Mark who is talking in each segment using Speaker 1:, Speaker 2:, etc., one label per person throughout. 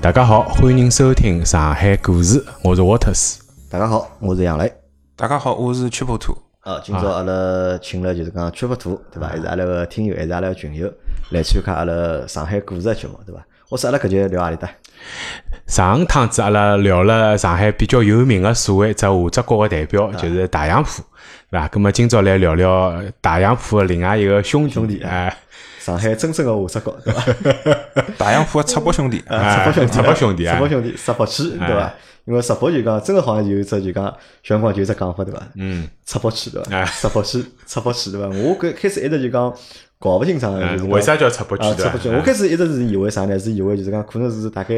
Speaker 1: 大家好，欢迎收听《上海故事》，我是 Waters。
Speaker 2: 大家好，我是杨磊。
Speaker 3: 大家好，我是曲普图。
Speaker 2: 啊，今朝阿拉请了就是讲曲不图，对伐？也是阿拉个听友，也是阿拉个群友来参加阿拉上海故事的节目，对伐？我说阿拉搿节聊何里搭？
Speaker 1: 上趟子阿拉聊了上海比较有名的所谓只华泽国的代表，就是大洋浦，对伐？咁么今朝来聊聊大洋浦的另外一个兄
Speaker 2: 兄弟
Speaker 1: 哎，
Speaker 2: 上海真正的华泽国，对伐？
Speaker 3: 大洋浦的赤膊兄
Speaker 2: 嗯
Speaker 3: 弟，
Speaker 1: 哎
Speaker 2: 赤膊兄弟，
Speaker 1: 赤膊兄弟哎
Speaker 2: 赤膊兄弟，石博区，对伐？因为石博就讲，真个好像有一只就讲，小辰光就有一只讲法，对伐？嗯，赤膊区，对
Speaker 1: 哎
Speaker 2: 伐？赤膊区，赤膊区，对伐？我搿开始一直就讲搞勿清爽，就是
Speaker 1: 嗯
Speaker 2: 讲
Speaker 1: 为啥叫赤膊
Speaker 2: 啊，
Speaker 1: 区
Speaker 2: 赤
Speaker 1: 对
Speaker 2: 膊区，我
Speaker 1: 伐？
Speaker 2: 开始一直是以为啥呢？是以为就是讲，可能是大概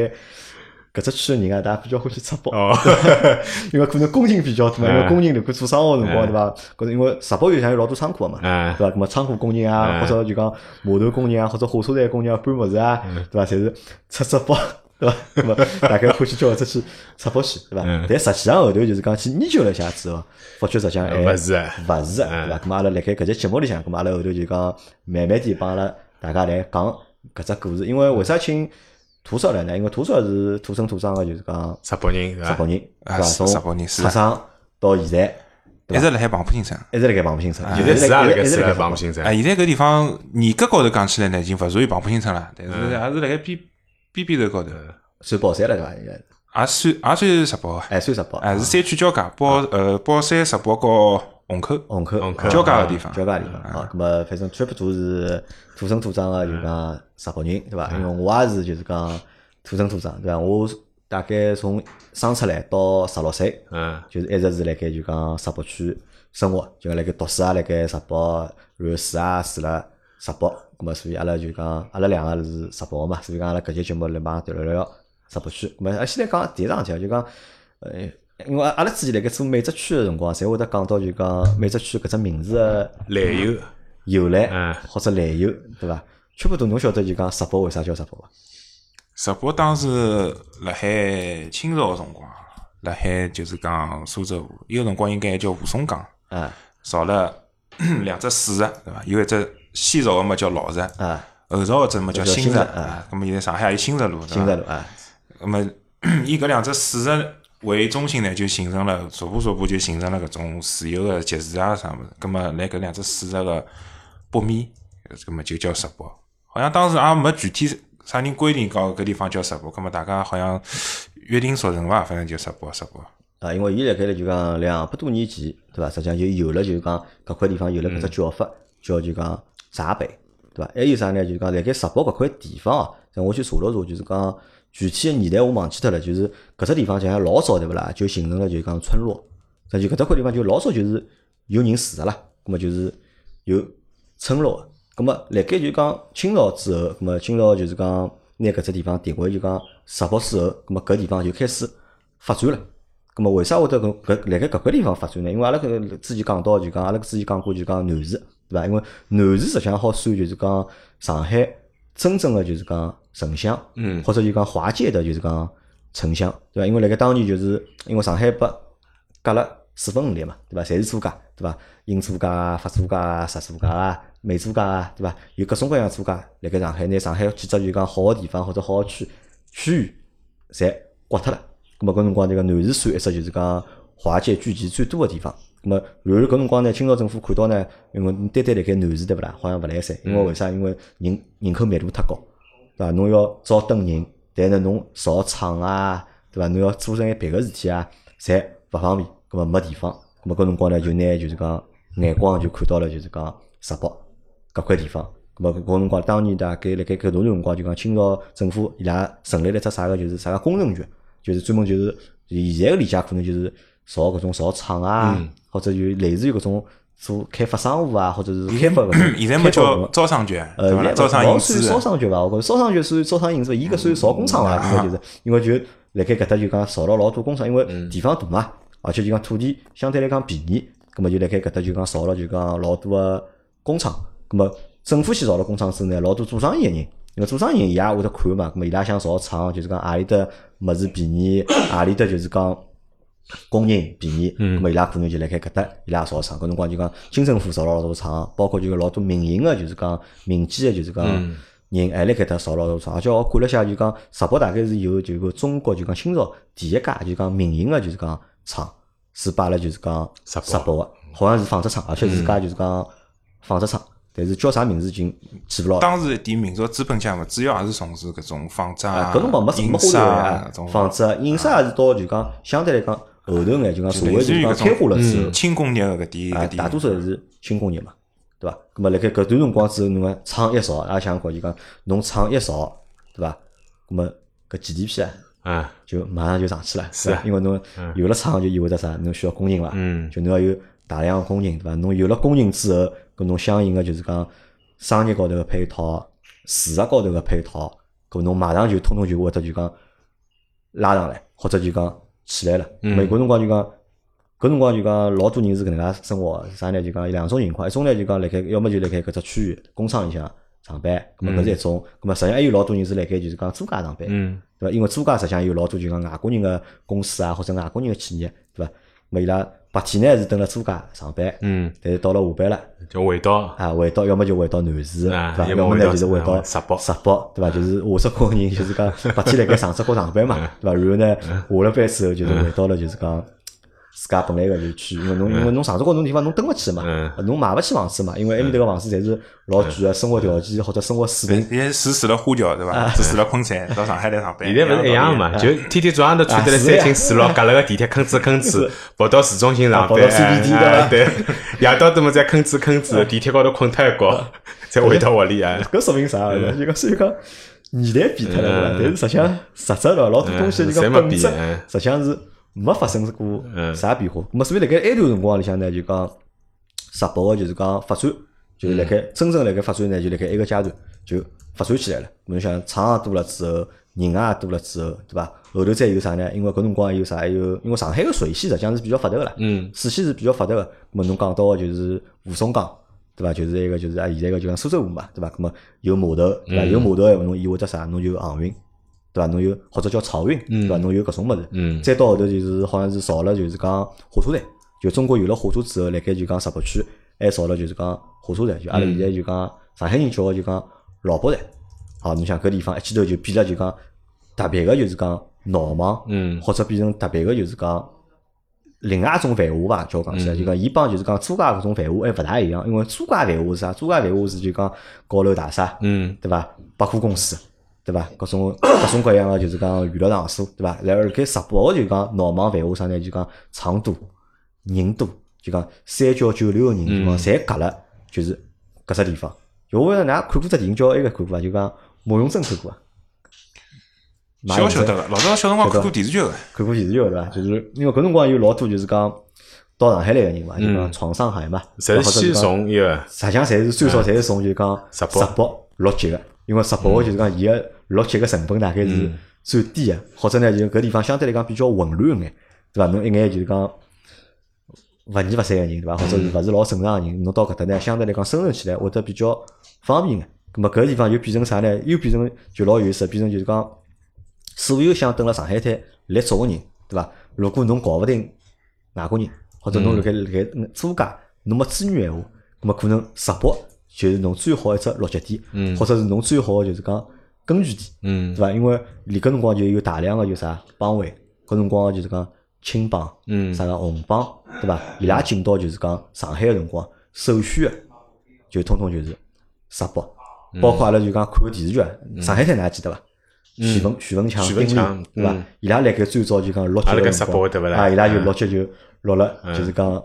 Speaker 2: 搿只区的人啊，大家比较欢喜赤膊，
Speaker 1: 哦，
Speaker 2: 因为可能工人比较多嘛，因为
Speaker 1: 嗯
Speaker 2: 工人如果做生活的辰
Speaker 1: 哎
Speaker 2: 光，对伐？搿是因为石宝有像有老多仓库的嘛，
Speaker 1: 嗯
Speaker 2: 对伐？搿么仓库工人啊，
Speaker 1: 嗯
Speaker 2: 或者就讲码头工人啊，或者火车站工人啊，搬物事啊，
Speaker 1: 嗯
Speaker 2: 对伐？侪是赤赤膊， 对伐？搿么大概欢喜叫搿只去赤膊去，对伐
Speaker 1: 嗯？
Speaker 2: 但实际上后头就是讲去研究了一下之后，发觉实际上还
Speaker 1: 勿是啊
Speaker 2: 勿是啊，对伐？咁阿拉辣盖搿节节目里向，咁阿拉后头就讲慢慢点帮阿拉大家来讲搿只故事，因为为啥请土少来呢？因为土少是土生土长个，就是讲
Speaker 1: 赤膊人对
Speaker 2: 日
Speaker 1: 伐？
Speaker 2: 本人，对
Speaker 3: 啊
Speaker 2: 伐？
Speaker 3: 是
Speaker 2: 从
Speaker 3: 日本人是
Speaker 2: 出生到现在，
Speaker 3: 一直辣海庞浦新城。
Speaker 2: 一直辣盖旁边新城，
Speaker 1: 现在是啊，辣
Speaker 2: 一直
Speaker 1: 盖
Speaker 2: 一直
Speaker 1: 是
Speaker 2: 辣
Speaker 1: 辣
Speaker 2: 盖
Speaker 1: 帮浦新
Speaker 3: 啊，
Speaker 1: 站。
Speaker 3: 现在搿地方严格高头讲起来呢，已经勿属于庞浦新城了，但是
Speaker 2: 嗯
Speaker 3: 还是辣盖边边边头高头，
Speaker 2: 算宝山了对伐？应该是，
Speaker 3: 也算也算是石宝啊，
Speaker 2: 哎，算日宝，
Speaker 3: 哎是山区交界，宝呃宝山、石宝和虹口。
Speaker 2: 嗯虹口
Speaker 1: 虹口
Speaker 2: 啊
Speaker 3: 交界个地方嗯
Speaker 2: 交界地方啊。咁么，反正 trip 图是土生土长个，就是讲日本人，对伐？
Speaker 3: 嗯
Speaker 2: 因为我也是就是讲土生土长，对伐？我大概从生出来到十六岁，
Speaker 1: 嗯，
Speaker 2: 就是一直是辣盖就讲石北区生活，就讲辣盖呃读书也辣盖石北，然后住也住了石北，咁么所以阿拉就讲阿拉两个是石北个嘛，所以讲阿拉搿节节目来帮大家聊聊石北区。咁么阿拉先来讲第一桩事体啊，就讲呃，因为阿拉之前辣盖做每只区个辰光，侪会得讲到就讲每只区搿只名字个
Speaker 1: 来由
Speaker 2: 由
Speaker 1: 嗯
Speaker 2: 来或者来由，对伐？差不多侬晓得就讲石北为啥叫石北伐？
Speaker 3: 石宝当时辣海清朝个辰光，辣海就是讲苏州河，伊个辰光应该还叫吴淞江，
Speaker 2: 啊
Speaker 3: 造了两只水石，对伐？有一只先造个嘛叫老石，
Speaker 2: 啊，
Speaker 3: 后造个只嘛叫
Speaker 2: 叫
Speaker 3: 新
Speaker 2: 新
Speaker 3: 石
Speaker 2: 石
Speaker 3: 啊。咁么现在上海也有新石路，对
Speaker 2: 新石
Speaker 3: 伐？
Speaker 2: 路啊，
Speaker 3: 那么以搿两只水石为中心呢，就形成了逐步逐步就形成了搿种自由个集市啊啥物事。咁么辣搿两只水石个北面，咁么就叫石北。好像当时也没具体啥人规定讲搿地方叫石北，咁么大家好像约定俗成伐，反正就石北石北。
Speaker 2: 啊，因为伊辣盖了就讲两百多年前，对伐？实际上就有了就是讲搿块地方有了搿只叫法，叫就讲闸北，对伐？还有啥呢？就是讲辣盖石北搿块地方啊，像我去查了查，就是讲具体个年代我忘记脱了，就是搿只地方就像老早对勿啦，就形成了就是讲村落，那就搿只块地方就老早就是有人住的啦，葛末就是有村落的。葛末辣盖就讲清朝之后，葛末清朝就是讲拿搿只地方定位就讲石北之后，葛末搿地方就开始发展了。咁啊么为啥会得搿搿辣盖搿块地方发展呢？因为阿拉搿之前讲到就讲，阿拉之前讲过就讲南市，对伐？因为南市实际上好算就是讲上海真正的就是讲城乡，
Speaker 1: 嗯
Speaker 2: 或者就讲划界的就是讲城乡，对伐？因为辣盖当年就是因为上海被隔了四分五裂嘛，对伐？侪是租界，对伐？英租界啊、法租界啊、日租界啊、美租界啊，对伐？有各种各样租界辣盖上海，拿上海几只就讲好个地方或者好个区区域，侪刮脱了。咁么搿辰光就讲南市算一只就是讲华界聚集最多个地方。咁么然后搿辰光呢，清朝政府看到呢，因为单单辣盖南市对勿啦，好像勿来三，因为为啥？因为人人口密度太高。对伐？侬要招登人，但是侬造厂啊，对伐？侬要做成别个事体啊，侪勿方便，葛末没地方，葛末搿辰光呢，就拿就是讲眼光就看到了，就是讲石北搿块地方。葛末搿辰光，当年大概辣盖搿段辰光，就讲清朝政府伊拉成立了只啥个，就是啥个工程局，就是专门就是现在个理解可能就是造搿种造厂啊，
Speaker 3: 嗯
Speaker 2: 或者就类似于搿种做开发商务啊，或者是开发搿种
Speaker 3: 现在嘛
Speaker 2: 开发搿
Speaker 3: 叫
Speaker 2: 种
Speaker 3: 招商局，
Speaker 2: 呃，
Speaker 3: 对伐？
Speaker 2: 招
Speaker 3: 招商引
Speaker 2: 算
Speaker 3: 资
Speaker 2: 招商局伐？我觉着招商局算招商引资，伊搿算造工厂啊伐？应该就是，因为就辣盖搿搭就讲造了老多工厂，因为地方大嘛，而且就讲土地相对来讲便宜，葛么就辣盖搿搭就讲造了就讲老多个工厂，葛么政府先造了工厂之后呢，老多做生意个人，因为做生意人伊也会得看嘛，葛么伊拉想造厂，就是讲何里搭物事便宜，何里搭就是讲。工人便宜，
Speaker 3: 嗯
Speaker 2: 咁么伊拉可能就辣盖搿搭，伊拉也造厂。搿辰啊
Speaker 3: 嗯
Speaker 2: 光就讲，清政府造了老多厂，包括就讲老多民营个，就是讲民间个，就是讲人还辣盖搭造老多创，而且我看了下就讲，石博大概是有就讲中国就讲清朝第一家就讲民营个就是讲厂是摆了就是讲
Speaker 1: 石
Speaker 2: 石
Speaker 1: 博
Speaker 2: 博个，
Speaker 3: 嗯
Speaker 2: 好像是纺织厂，而且是家就是讲纺织厂，但是叫啥名字已经记勿牢了。
Speaker 3: 当时一点民族资本家嘛，主要还是从事搿种纺织
Speaker 2: 啊，搿辰光没什
Speaker 3: 印
Speaker 2: 么花
Speaker 3: 刷
Speaker 2: 头
Speaker 3: 啊
Speaker 2: 啊
Speaker 3: 搿，种
Speaker 2: 纺织、印刷也是到就讲相对来讲后头眼就讲社
Speaker 3: 类
Speaker 2: 会
Speaker 3: 似
Speaker 2: 就
Speaker 3: 于
Speaker 2: 讲
Speaker 3: 搿
Speaker 2: 开化
Speaker 3: 种
Speaker 2: 了之后
Speaker 3: 嗯，轻工业搿点
Speaker 2: 啊
Speaker 3: 搿，点，
Speaker 2: 大多数还是轻工业嘛，对伐？咁么辣盖搿段辰光之后，侬个厂一少，也想讲就讲侬厂一少，对伐？咁么搿 GDP 啊，
Speaker 1: 啊，
Speaker 2: 就马上就上去了，
Speaker 1: 是啊
Speaker 2: 对伐因为侬有了厂就意味着啥？侬需要工人伐？
Speaker 1: 嗯
Speaker 2: 就侬要有大量的工人，对伐？侬有了工人之后，搿侬相应个就是讲商业高头个配套、市场高头个配套，搿侬马上就通通就会得就讲拉上来，或者就讲起来了。
Speaker 1: 嗯
Speaker 2: 美搿辰光就讲，搿辰光就讲老多人是搿能介生活的，啥呢？就讲有两种情况，一种呢就讲辣盖，要么就辣盖搿只区域工厂里向上班，咁么搿是一种，咁么实际上还有老多人是辣盖就是讲租界上班。
Speaker 1: 嗯
Speaker 2: 对伐？因为租界实际上有老多就讲外国人个公司啊，或者外国人个企业，对伐？咁伊拉白天呢是蹲辣租界上班，
Speaker 1: 嗯，
Speaker 2: 但是到了下班了
Speaker 1: 就回到
Speaker 2: 啊，回到要么就回到南市，对
Speaker 1: 啊
Speaker 2: 伐？
Speaker 1: 要么
Speaker 2: 要么
Speaker 1: 回
Speaker 2: 呢
Speaker 1: 到
Speaker 2: 就是回
Speaker 1: 啊
Speaker 2: 到
Speaker 1: 石北
Speaker 2: 石北，对伐？就是下只工人就是讲白天辣盖上只工上班嘛，对伐？然后呢下了班之后就是回到了就是讲。自家本来个就去，因为侬因为侬上只高侬地方侬蹲勿起嘛
Speaker 1: 嗯，
Speaker 2: 侬买勿起房子嘛，因为埃面头个房子侪是老贵个，生活条件或者生活水平
Speaker 3: 也是住了花桥对
Speaker 2: 啊
Speaker 3: 伐？是住了昆山，到上海 来上班。
Speaker 1: 现在勿是一样嘛，就天天早上头穿得来三清四六，隔了个地铁吭哧吭哧，啊跑到市中心上嗯班，哎对，夜到头么再吭哧吭哧，地铁高头困太 觉，再回到屋里啊，
Speaker 2: 搿说明啥？就讲所以讲年代变脱了，对伐？但是实际上实质了老多东西，
Speaker 1: 嗯
Speaker 2: 就
Speaker 1: 侪
Speaker 2: 讲
Speaker 1: 没
Speaker 2: 本质
Speaker 1: 变嗯
Speaker 2: 实际上是没发生过啥变化。咁么所以辣盖埃段辰光里向呢，就讲石博个就是讲发展，就是辣盖
Speaker 1: 嗯
Speaker 2: 真正辣盖发展呢，就辣盖埃个阶段就发展起来了。侬想厂也多了之后，人也多了之后，对伐？后头再有啥呢？因为搿辰光还有啥？还有因为上海个水系实际上是比较发达个啦，
Speaker 1: 嗯，
Speaker 2: 水系是比较发达个。咁么侬讲到个就是吴淞江。对伐？就是一个就是啊，现在个就像苏州河嘛，对伐？咁么有码头，对伐？
Speaker 1: 嗯
Speaker 2: 有码头闲话，侬意味着啥？侬就有航运，对伐？侬有或者叫漕运，对伐？侬有搿种物事，
Speaker 1: 嗯
Speaker 2: 再到后头就是好像是造了就是讲火车站，就中国有了火车之后，辣盖就讲石浦区还造了就是讲火车站，就阿拉
Speaker 1: 嗯
Speaker 2: 现在就讲上海人叫个就讲老北站。好，侬想搿地方一记头就变了，就讲特别个就是讲闹忙，
Speaker 1: 嗯
Speaker 2: 或者变成特别个就是讲另外一种繁华吧，叫我讲
Speaker 3: 嗯
Speaker 2: 起来，就讲伊帮就是讲租界搿种繁华还勿大一样，因为租界繁华是啥？租界繁华是就讲高楼大厦，
Speaker 1: 嗯
Speaker 2: 对伐？百货公司，对伐？各种各种各样个就是讲娱乐场所，对伐？然后辣盖石浦就讲闹忙繁华啥呢？就讲厂多、人多，就讲三教九流个人，就
Speaker 3: 嗯
Speaker 2: 讲侪夹了，就是搿只地方。就我勿晓得㑚看过只电影叫埃个看过伐？就讲马荣珍看过伐？马
Speaker 3: 小
Speaker 2: 荣
Speaker 3: 晓
Speaker 2: 珍
Speaker 3: 得个，老早小辰光
Speaker 2: 晓得
Speaker 3: 看过电视剧个，
Speaker 2: 看过电视剧个对伐？就是因为搿辰光有老多就是讲到上海来个人嘛，就
Speaker 1: 嗯
Speaker 2: 讲闯上海嘛，
Speaker 1: 侪
Speaker 2: 或
Speaker 1: 是嗯
Speaker 2: 者
Speaker 1: 先
Speaker 2: 就讲
Speaker 1: 从一个，
Speaker 2: 实际上侪是最少侪是从就讲
Speaker 1: 石
Speaker 2: 石
Speaker 1: 博
Speaker 2: 博落脚个，因为石博就
Speaker 1: 嗯
Speaker 2: 是讲伊个落脚个成本大概是最低个，或者呢就搿地方相对来讲比较混乱一眼，对伐？侬一眼就是讲勿二勿三个人，对伐？或者
Speaker 1: 嗯
Speaker 2: 是勿是老正常个人，侬到搿搭呢相对来讲生存起来会得比较方便眼。咁么搿地方就变成啥呢？又变成就老有意思，变成就是讲所有想蹲辣上海滩立足个人，对伐？如果侬搞勿定外国人，或者侬辣盖辣盖租界，侬没资源闲话，咁么可能石博就是侬最好一只落脚点，或者是侬最好的就是讲根据地，
Speaker 1: 嗯
Speaker 2: 对伐？因为里搿辰光就有大量个就啥帮会，搿辰光就是讲青帮，
Speaker 1: 嗯
Speaker 2: 啥个红帮，对伐？伊拉进到就是讲上海个辰光，首选个就通通就是石博，
Speaker 1: 嗯
Speaker 2: 包括阿拉就讲看个电视剧啊，上海滩哪记得伐？许文、许文强、
Speaker 1: 嗯许
Speaker 2: 丁
Speaker 1: 文
Speaker 2: 力，
Speaker 1: 强
Speaker 2: 对伐
Speaker 1: 嗯？
Speaker 2: 伊拉辣盖最早就讲落
Speaker 1: 也
Speaker 2: 脚
Speaker 1: 辣
Speaker 2: 个
Speaker 1: 盖
Speaker 2: 辰
Speaker 1: 石博
Speaker 2: 光
Speaker 1: 对勿啦嗯
Speaker 2: 啊，伊拉就落脚就落了，就是讲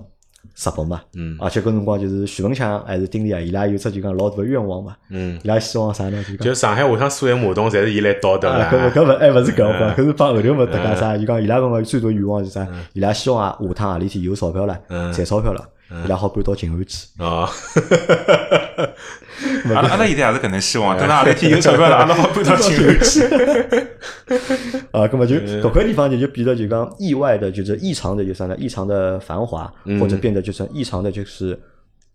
Speaker 2: 石博嘛。
Speaker 1: 嗯
Speaker 2: 而且搿辰光就是许文强还是丁力啊，伊拉有只就讲老大个愿望嘛。
Speaker 1: 嗯，
Speaker 2: 伊拉希望啥呢？就讲
Speaker 1: 就上海下趟所有马桶侪是伊来 倒的
Speaker 2: 啊，搿
Speaker 1: 啦，
Speaker 2: 搿勿还勿是搿辰光，搿是帮后头么搭界啥？就讲伊拉搿个最大愿望是啥？伊拉希望啊，下趟何里天有钞票了，赚钞票了，伊拉好搬到静安去。
Speaker 1: 哦，
Speaker 3: 阿拉阿拉现在也是搿能希
Speaker 2: 哎
Speaker 3: 望，等到阿拉天有钞 票了，阿拉好搬到青浦去。
Speaker 2: 啊，根本就搿块地方就就变得就讲意外的，就是异常的，就是啥呢？异常的繁华，或者变得就是异常的，就是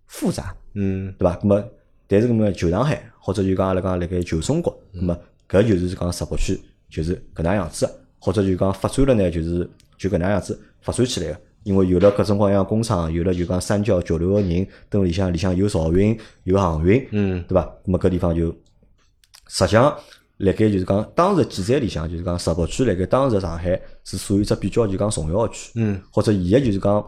Speaker 2: 复杂。
Speaker 1: 嗯
Speaker 2: 对伐？咁么，但是咁么旧上海或者就讲阿拉讲辣盖旧中国，咁么搿就是讲石浦区就是搿能样子，或者就讲发展了呢，就是就搿能样子发展起来个。因为有了各种各样工厂，有了就讲三教九流个人，蹲里向里向有漕运，有航运，
Speaker 1: 嗯
Speaker 2: 对伐？咁么搿地方就实际上，辣盖就是讲当时记载里向，就是讲石博区辣盖当时上海是属于一只比较就讲重要的区，
Speaker 1: 嗯，
Speaker 2: 或者伊个就是讲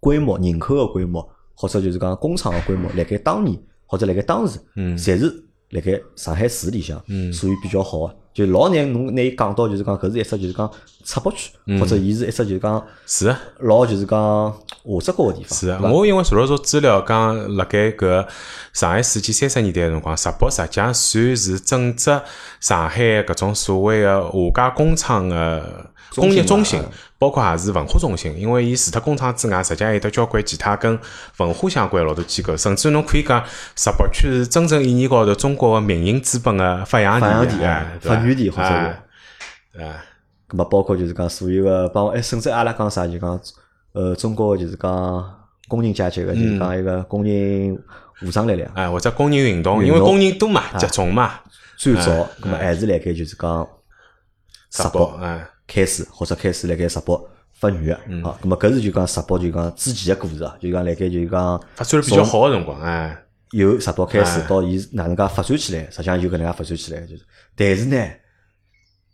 Speaker 2: 规模、人口个规模，或者就是讲工厂个规模，辣盖当年或者辣盖当时，
Speaker 1: 嗯
Speaker 2: 侪是辣盖上海市里向，
Speaker 1: 嗯
Speaker 2: 属于比较好个。就老难侬拿伊讲到就是讲搿是一只就是讲赤膊区，
Speaker 1: 嗯
Speaker 2: 或者伊是一只就是讲
Speaker 1: 是啊
Speaker 2: 老就是讲下只高个地方，
Speaker 1: 是啊
Speaker 2: 对，伐
Speaker 1: 我因为查了查资料，讲辣盖搿上海世纪三十年代个辰光，石博实际上算是整只上海搿种所谓个下家工厂个工业中心
Speaker 2: 中心嘛，啊
Speaker 1: 包括也是文化中心。因为伊除脱工厂之外，实际上还有得交关其他跟文化相关的老多机构，甚至侬可以讲石博区是真正意义高头中国个民营资本个发扬
Speaker 2: 发扬地
Speaker 1: 地，哎对伐
Speaker 2: 发源地或者是
Speaker 1: 哎对伐
Speaker 2: 咁么包括就是讲所有个，包括哎，甚至阿拉讲啥就讲，呃，中国就是讲工人阶级个，
Speaker 1: 嗯
Speaker 2: 就是讲一个工人武装力量
Speaker 1: 哎，或者工人运动，
Speaker 2: 运
Speaker 1: 因为
Speaker 2: 动啊
Speaker 1: 工人多嘛，集中嘛，
Speaker 2: 最早，咁么还是辣盖就是讲
Speaker 1: 石
Speaker 2: 石
Speaker 1: 博
Speaker 2: 博，
Speaker 1: 哎，
Speaker 2: 开始，或者开始辣盖石博发源个，好，咁么搿是就讲石博就讲之前个故事啊，就讲辣盖就是讲
Speaker 1: 发展了比较好个辰光，哎。
Speaker 2: 由石博开始
Speaker 1: 哎
Speaker 2: 到伊哪能介发展起来，实际上就搿能介发展起来，就是，但是呢，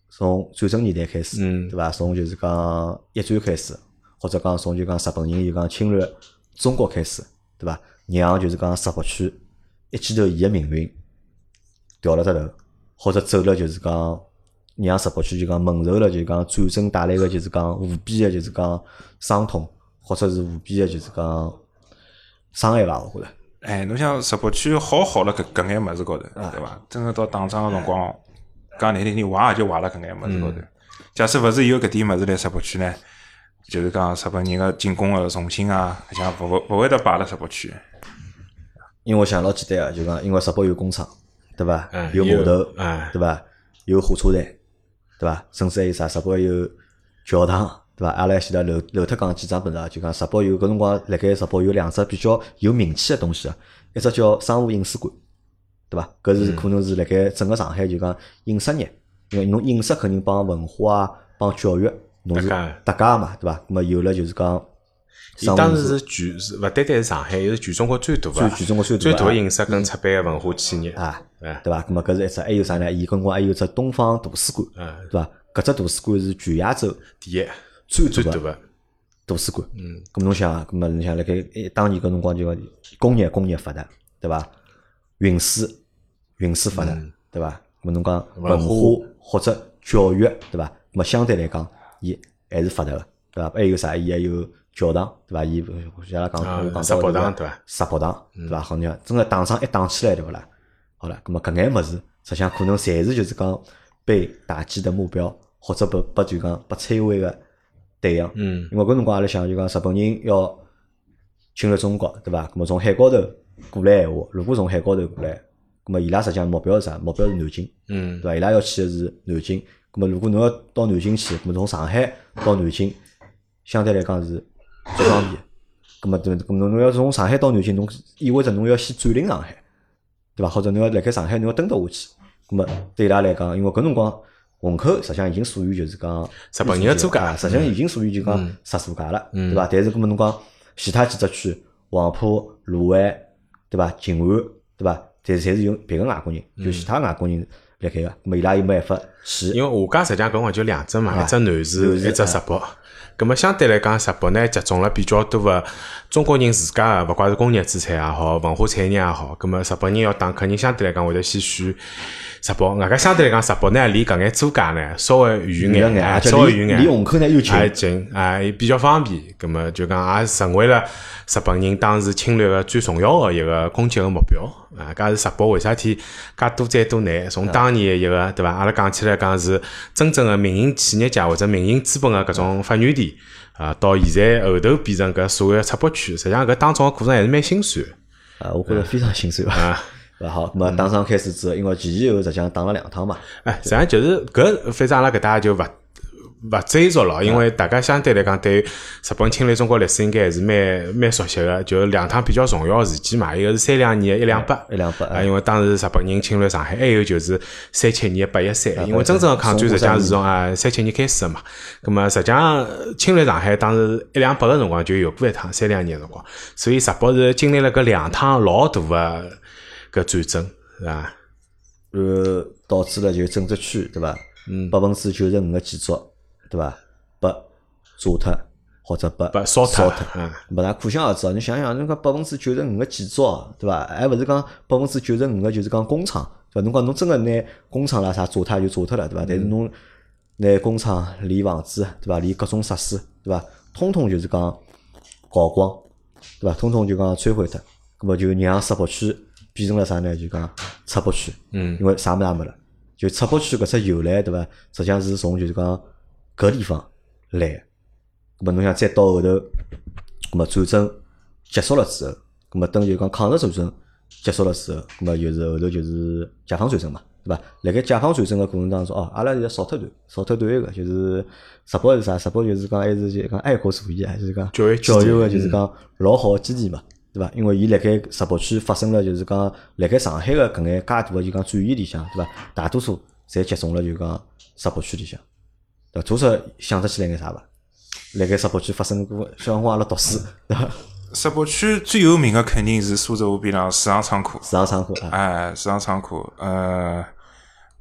Speaker 2: 从战争年代开始，
Speaker 1: 嗯
Speaker 2: 对伐？从就是讲一战开始，或者讲从就讲日本人就讲侵略中国开始，对伐？让就是讲石博区一记头伊个命运掉了只头，或者走了就是讲让石博区就讲蒙受了就是讲战争带来个就是讲无比个就是讲伤痛，或者是无比个就是讲伤害伐？我觉着。
Speaker 3: 哎，侬想石博区好好了搿搿眼物事高头，
Speaker 2: 啊
Speaker 3: 对伐？真个到打仗个辰光，讲难听点，坏也就坏了搿眼物事高头。
Speaker 2: 嗯
Speaker 3: 假使勿是有搿点物事来石博区呢，就是讲日本人个进攻个重心啊，搿像勿勿勿会得摆辣石博区。
Speaker 2: 因为我想老简单个，啊就讲因为石博有工厂，对伐
Speaker 1: 嗯？
Speaker 2: 有码头
Speaker 1: 有嗯，
Speaker 2: 对伐？有火车站，对伐？甚至还有啥？石博有教堂，对伐？阿拉前头漏漏脱讲几张本事啊，就讲石博有搿辰光，辣盖石博有两只比较有名气个东西啊，一只叫商务印书馆，对伐？搿
Speaker 1: 嗯
Speaker 2: 是可能是辣盖整个上海就讲印刷业，因为侬印刷肯定帮文化啊、帮教育侬是
Speaker 1: 搭界
Speaker 2: 搭界个嘛，对伐？咁么有了就是讲
Speaker 1: 伊
Speaker 2: 商务
Speaker 1: 当
Speaker 2: 印
Speaker 1: 时
Speaker 2: 书
Speaker 1: 是全是勿单单是上海，伊是全中国最大
Speaker 2: 最
Speaker 1: 个、
Speaker 2: 全中国最
Speaker 1: 最
Speaker 2: 大啊
Speaker 1: 大
Speaker 2: 个
Speaker 1: 的影视跟出版个文化企业。
Speaker 2: 啊。
Speaker 1: 哎，
Speaker 2: 对伐？咁么搿是一只，还有啥呢？伊搿辰光还有只东方图书馆，
Speaker 1: 嗯，
Speaker 2: 对伐？搿只图书馆是全亚洲
Speaker 1: 第一
Speaker 2: 最
Speaker 1: 最
Speaker 2: 大
Speaker 1: 大
Speaker 2: 的
Speaker 1: 个，
Speaker 2: 图书馆。
Speaker 1: 嗯，
Speaker 2: 咁侬想啊，咁么侬想辣盖诶当年搿辰光就讲工业工业发达，对伐？运输运输发达，
Speaker 1: 嗯
Speaker 2: 对伐？咁啊么侬讲
Speaker 1: 文
Speaker 2: 文
Speaker 1: 化
Speaker 2: 化或者教育，对伐？咁么相对来讲，伊还是发达个，对伐？还有啥？伊还有教堂，对伐？伊像阿拉
Speaker 1: 啊
Speaker 2: 讲讲
Speaker 1: 石博堂
Speaker 2: 到堂，
Speaker 1: 对嗯伐
Speaker 2: 石博堂，对伐？好像真个打仗一打起来，对勿啦？好了，咁么啊搿眼物事，实际上可能侪是就是讲被打击的目标，或者被被就讲被摧毁个对象。
Speaker 1: 嗯，
Speaker 2: 因为搿辰光阿拉想就讲日本人要侵略中国，对伐？咁么从海高头过来闲话，如果从海高头过来，咁么伊拉实际上目标是啥？目标是南京，
Speaker 1: 嗯
Speaker 2: 对，伐？伊拉要去的是南京。咁么如果侬要到南京去，咁么从上海到南京，相对来讲是最方便的。咁么对，咁么侬要从上海到南京，侬意味着侬要先占领上海，对伐？或者侬要辣盖上海，侬要蹲得下去。咁么对伊拉来讲，因为搿辰光虹口实际上已经属于就是讲
Speaker 1: 日本人的租界
Speaker 2: 啊实际上已经属于就讲
Speaker 1: 嗯
Speaker 2: 十租界了，
Speaker 1: 嗯
Speaker 2: 对伐？啊但是搿么侬讲其他几只区，黄埔、卢湾，对伐？静安，对伐？但是侪是用别个外国人，就其他外国人辣盖个，咁么伊拉又没办法去
Speaker 1: 因为下家实际上搿辰光就两只嘛，
Speaker 2: 啊
Speaker 1: 一只南市，
Speaker 2: 南市
Speaker 1: 一只石博。葛么相对来讲，石博呢集中了比较多个中国人自家个，勿怪是工业资产也好，文化产业也好。葛么日本人要打，肯定相对来讲会得先选石博。外加相对来讲，石博呢离搿眼租界呢稍微远
Speaker 2: 远
Speaker 1: 眼，
Speaker 2: 眼，
Speaker 1: 哎
Speaker 2: 而且
Speaker 1: 稍微远
Speaker 2: 离
Speaker 1: 眼。
Speaker 2: 离虹口呢又近，
Speaker 1: 也近，啊，也比较方便。咁么就讲也成为了日本人当时侵略个最重要个一个攻击个目标。啊，搿是日本为啥体介多灾多难？从当年个一个对伐？阿拉讲起来讲是真正个民营企业家或者民营资本个搿种发源地啊，到现在后头变成搿所谓个赤膊区，实际上搿当中个过程还是蛮心酸个。
Speaker 2: 啊，我觉着非常心酸啊。对伐？好，咁么打仗开始之后，因为前前后后实际上打了两趟嘛，
Speaker 1: 哎，实际上就是搿，反正阿拉搿搭就勿勿追溯了，因为大家相对来讲对日本侵略中国历史应该还是蛮蛮熟悉个，就两趟比较重要个事件嘛，一个是三两年一两八。
Speaker 2: 一两百，
Speaker 1: 啊，因为当时日本人侵略上海，还有就是三七年八一三，因为真正的抗战实际上是从啊三七年开始的嘛。咁么实际上侵略上海当时一两八个辰光就有过一趟，三两年的辰光，所以啊日本是经历了搿两趟老大的搿战争，是吧？
Speaker 2: 然后导致了就整只区对伐？
Speaker 1: 嗯
Speaker 2: 百分之九十五个建筑对伐？被炸脱或者被
Speaker 1: 把烧
Speaker 2: 脱
Speaker 1: 脱。，嗯，
Speaker 2: 没那可想而知啊！你想想，侬讲百分之九十五个建筑啊，对伐？还勿是讲百分之九十五个就是讲工厂，对伐？侬讲侬真个拿工厂啦啥炸脱就炸脱了，对伐？但是侬拿工厂连房子，对伐？连各种设施，对伐？通通就是讲搞光，对伐？通通就讲摧毁脱，那么就让石北区变成了啥呢？就讲拆北区，
Speaker 1: 嗯
Speaker 2: 因为啥么也没了。就赤北区搿只由来，对伐？实际上是从就是讲搿地方来的。咁么侬想再到后头，咁么战争结束了之后，咁么等就讲抗日战争结束了之后，咁么就是后头就是解放战争嘛，对伐？辣盖解放战争个过程当中，哦，阿拉现在少脱段，少脱段一个，就是石北是啥？石北就是讲还是就讲爱国主义啊，还是讲
Speaker 1: 教育基地嗯
Speaker 2: 教育个就是讲老好个基地嘛，对伐？因为伊辣盖石北区发生了，就是讲辣盖上海个搿眼介大个就讲转移里向，对伐？大多数侪集中了就讲石北区里向，对伐？多少想得起来眼啥伐？辣盖石北区发生过，小辰光阿拉读书，对 伐？
Speaker 3: 石北区最有名的肯定是苏州河边浪市场仓库，
Speaker 2: 市场仓库啊，
Speaker 3: 哎，市场仓库，呃，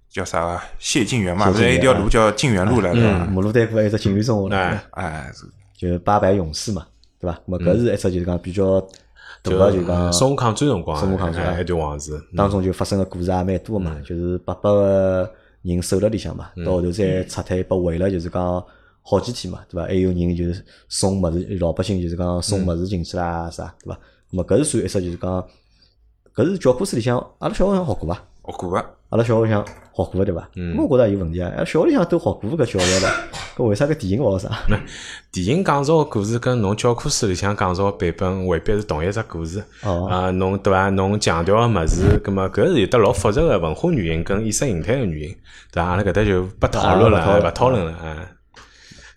Speaker 3: 叫啥啊？谢晋元嘛，
Speaker 2: 谢
Speaker 3: 不
Speaker 2: 晋嗯
Speaker 3: 是
Speaker 2: 元
Speaker 3: 一条路叫晋元路来着嘛？
Speaker 2: 马路对过还有只警员中学了，
Speaker 1: 哎，
Speaker 3: 嗯哎，
Speaker 2: 就是八百勇士嘛，对伐？咾么搿是一只就是讲比较大个就讲
Speaker 1: 宋抗战辰光，
Speaker 2: 搿辰光是吧
Speaker 1: 哎一段往事，
Speaker 2: 当中就发生个故事也蛮多个嘛，就是八百个人守辣里向嘛，到后头再撤退，被围了就是讲好几天嘛，对伐？还有人就是送物事，老百姓就是讲送物事进去啦啥，对伐？那么搿是算一只就是讲，搿是教科书里向阿拉小学里向学过伐？
Speaker 3: 我过伐？
Speaker 2: 阿拉小学里向学过个对伐？嗯，我觉着有问题啊，阿拉小学里向都学过搿教材 了，搿为啥搿电影勿学 啥？
Speaker 1: 电影讲述个故事跟侬教科书里向讲述个版本未必是同一只故事。
Speaker 2: 哦
Speaker 1: 啊，侬对伐？侬强调个物事，葛末搿是有得老复杂个文化原因跟意识形态个原因，对伐？阿拉搿搭就不讨论
Speaker 2: 啊
Speaker 1: 了，
Speaker 2: 勿
Speaker 1: 勿
Speaker 2: 讨
Speaker 1: 讨
Speaker 2: 论
Speaker 1: 论了啊。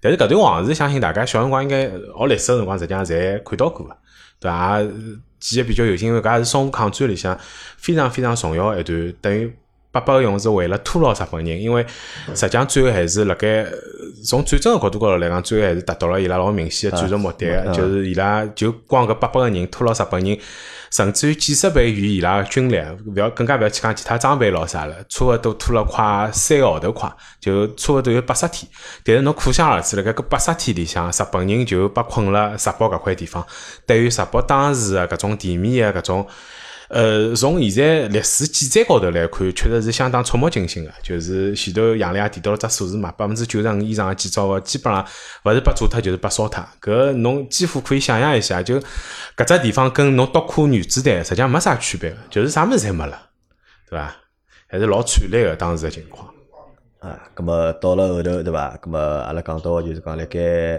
Speaker 1: 但是搿段往事，相信大家小辰光应该学历史个辰光，实际上侪看到过个，对伐？也记忆比较有劲，因为搿也是淞沪抗战里向非常非常重要的一段，等于八八个勇士为了拖牢日本人，因为实际上最后还是辣盖呃从战争个角度高头来讲，最后还是达到了伊拉老明显个战术目的的，就是伊拉就光搿八百个人拖牢日本人，甚至于几十倍于伊拉个军力，勿要更加勿要去讲其他装备咯啥了，差勿多拖了快三个号头快，就差勿多有八十天。但是侬可想而知，辣盖搿八十天里向，日本人就被困了石北搿块地方。对于石北当时个搿种地面个搿种。呃，从现在历史记载高头来看，确实是相当触目惊心的。就是前头杨澜也提到了只数字嘛，百分之九十五以上的建筑物基本上勿是被炸脱就是被烧脱。搿侬几乎可以想象一下，就搿只地方跟侬独库原子弹实际上没啥区别的，就是啥物事侪没了，对伐？还是老惨烈的当时的情况。
Speaker 2: 啊，咁么到了后头对伐？咁么阿拉讲到就是讲辣盖，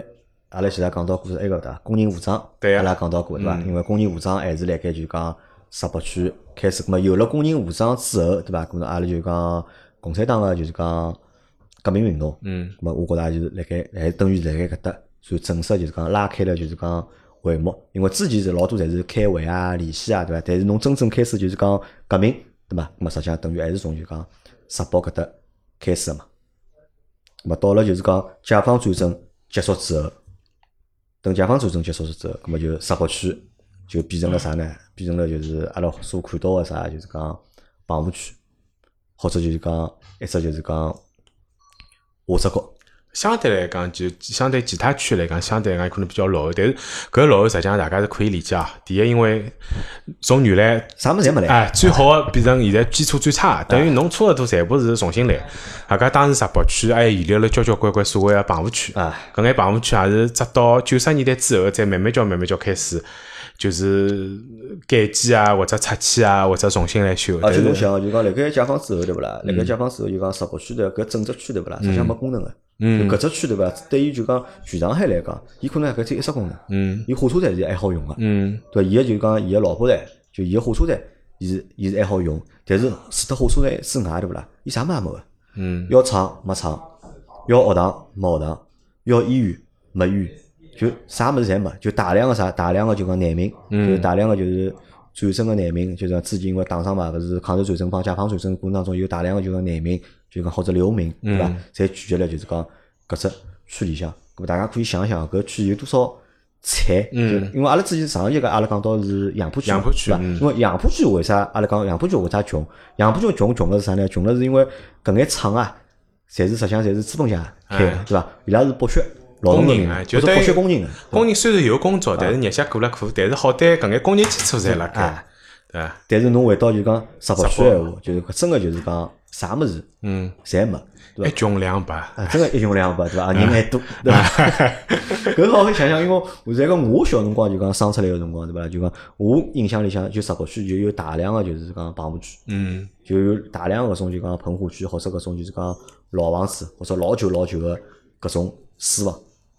Speaker 2: 阿拉前头讲到过是埃个对伐？工人武装，
Speaker 1: 对啊
Speaker 2: 阿拉讲到过对伐？因为工人武装还是辣盖就讲石北区开始，咁么有了工人武装之后对伐？咁么阿拉就讲共产党个就是讲革命运动，
Speaker 1: 嗯，
Speaker 2: 咁么我觉着也就是辣盖，还等于是辣盖搿搭算正式就是讲拉开了就是讲帷幕，因为之前是老多侪是开会啊、联系啊，对伐？但是侬真正开始就是讲革命，对伐？咁么实际上等于还是从就讲石北搿搭开始个嘛。咁么到了就是讲解放战争结束之后，等解放战争结束之后，咁么就石北区就变成了啥呢？变成了就是阿拉所看到个啥，就是讲棚户区，或者就是讲一只就是讲画质高。
Speaker 1: 相对来讲，就相对其他区来讲，相对来讲可能比较落后，但是搿落后实际上大家是可以理解啊。第一，因为从原来
Speaker 2: 啥么子侪没来，
Speaker 1: 哎，最好的变成现在基础最差的，等于侬差勿多全部是重新来。啊，搿当时石北区还遗留了交交关关所谓的棚户区，
Speaker 2: 啊
Speaker 1: 搿眼棚户区也是直到九十年代之后，再慢慢叫慢慢叫开始，就是改建啊，或者拆迁啊，或者重新来修。
Speaker 2: 而
Speaker 1: 但
Speaker 2: 且
Speaker 1: 是
Speaker 2: 侬想哦，就讲辣盖解放之后对勿啦？辣盖解放之后就讲石北区的搿整只区对勿啦？实际上没功能个。嗯，搿只区对勿啦？对于就讲全上海来讲，伊可能搿只有一只功能。
Speaker 1: 嗯，
Speaker 2: 伊火车站是还好用个。
Speaker 1: 嗯，
Speaker 2: 对伐，伊个就讲伊个老婆站，就伊个火车站，伊是伊是还好用，但是除脱火车站之外，对勿啦？伊啥物事也没个。
Speaker 1: 嗯，
Speaker 2: 要厂没厂，要学堂没学堂，要医院没医院，就啥物事侪没，就大量个啥，大量个就讲难民，就是大量个就是战争个难民，就是讲之前因为打上嘛，勿是抗日战争帮解放战争过程当中有大量个就讲难民，就讲或者流民，对伐？侪聚集了就是讲搿只区里向，咁大家可以想一想，搿区有多少菜，嗯，因为阿拉之前上一节课阿拉讲到是杨浦区嘛，
Speaker 1: 杨浦区
Speaker 2: 对伐？
Speaker 1: 嗯
Speaker 2: 因为杨浦区为啥阿拉讲杨浦区为啥穷？杨浦区穷穷了是啥呢？穷了是因为搿眼厂啊，侪是实际上侪是资本家开的，对伐？伊拉是剥削劳动
Speaker 1: 工
Speaker 2: 人
Speaker 1: 人
Speaker 2: 民，
Speaker 1: 啊
Speaker 2: 或
Speaker 1: 就
Speaker 2: 者
Speaker 1: 等于
Speaker 2: 剥削工人的，对伐
Speaker 1: 工人虽然有工作，但是日脚过了苦，但是好歹搿眼工业基础侪辣盖
Speaker 2: 啊，
Speaker 1: 对伐？
Speaker 2: 但是侬回到就讲石浦
Speaker 1: 石
Speaker 2: 区的闲话，就是搿真个就是讲啥物事，
Speaker 1: 嗯，
Speaker 2: 侪没，对
Speaker 1: 一
Speaker 2: 伐？
Speaker 1: 穷两白，
Speaker 2: 啊， 真个一穷两白，对伐？啊人还多，对伐？搿好好想想，因为我在讲我小辰光就讲生出来个辰光，对伐？就讲我印象里向就石浦区就有大量个就是讲棚户区，
Speaker 1: 嗯，
Speaker 2: 就有大量搿种就讲棚户区或者搿种就是讲老房子或者老旧老旧个搿种私房，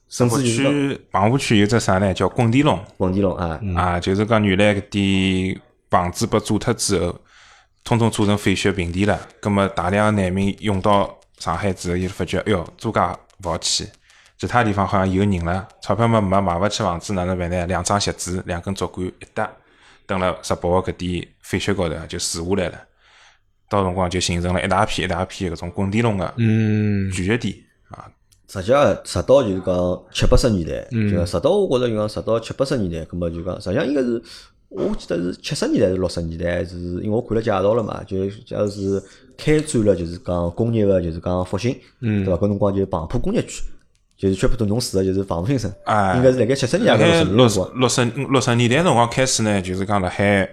Speaker 2: 甚
Speaker 3: 棚户
Speaker 2: 至就是讲
Speaker 3: 区棚户区有只啥呢？叫滚地笼
Speaker 2: 滚地笼啊，
Speaker 3: 啊，就是讲原来搿点房子被炸脱之后，统统做成废墟平地了。葛么大量难民涌到上海之后，伊就发觉，哎哟，租界勿好去，其他地方好像有人了，钞票嘛没买勿起房子，哪能办呢？两张席子，两根竹竿一搭，蹲辣石浦个搿点废墟高头啊就住下来了。到辰光就形成了一大批一大批搿种滚地笼个
Speaker 1: 嗯，
Speaker 3: 聚集地啊，
Speaker 2: 实际上，直到就是讲七八十年代，
Speaker 3: 嗯
Speaker 2: 就讲直到我觉着就讲直到七八十年代，葛末就讲实际上应该是，我记得是七十年代还是六十年代，是因为我看了介绍了嘛，就就是开展了就是讲工业个就是讲复兴，
Speaker 3: 嗯
Speaker 2: 对伐？搿辰光就是庞浦工业区，就是全部都侬住个就是庞浦新城，
Speaker 3: 哎
Speaker 2: 应该是辣盖七十年
Speaker 3: 辣
Speaker 2: 代还
Speaker 3: 海
Speaker 2: 是
Speaker 3: 六
Speaker 2: 六十
Speaker 3: 十
Speaker 2: 年代辰光啊
Speaker 3: 六十嗯六十年代辰光开始呢，就是讲辣海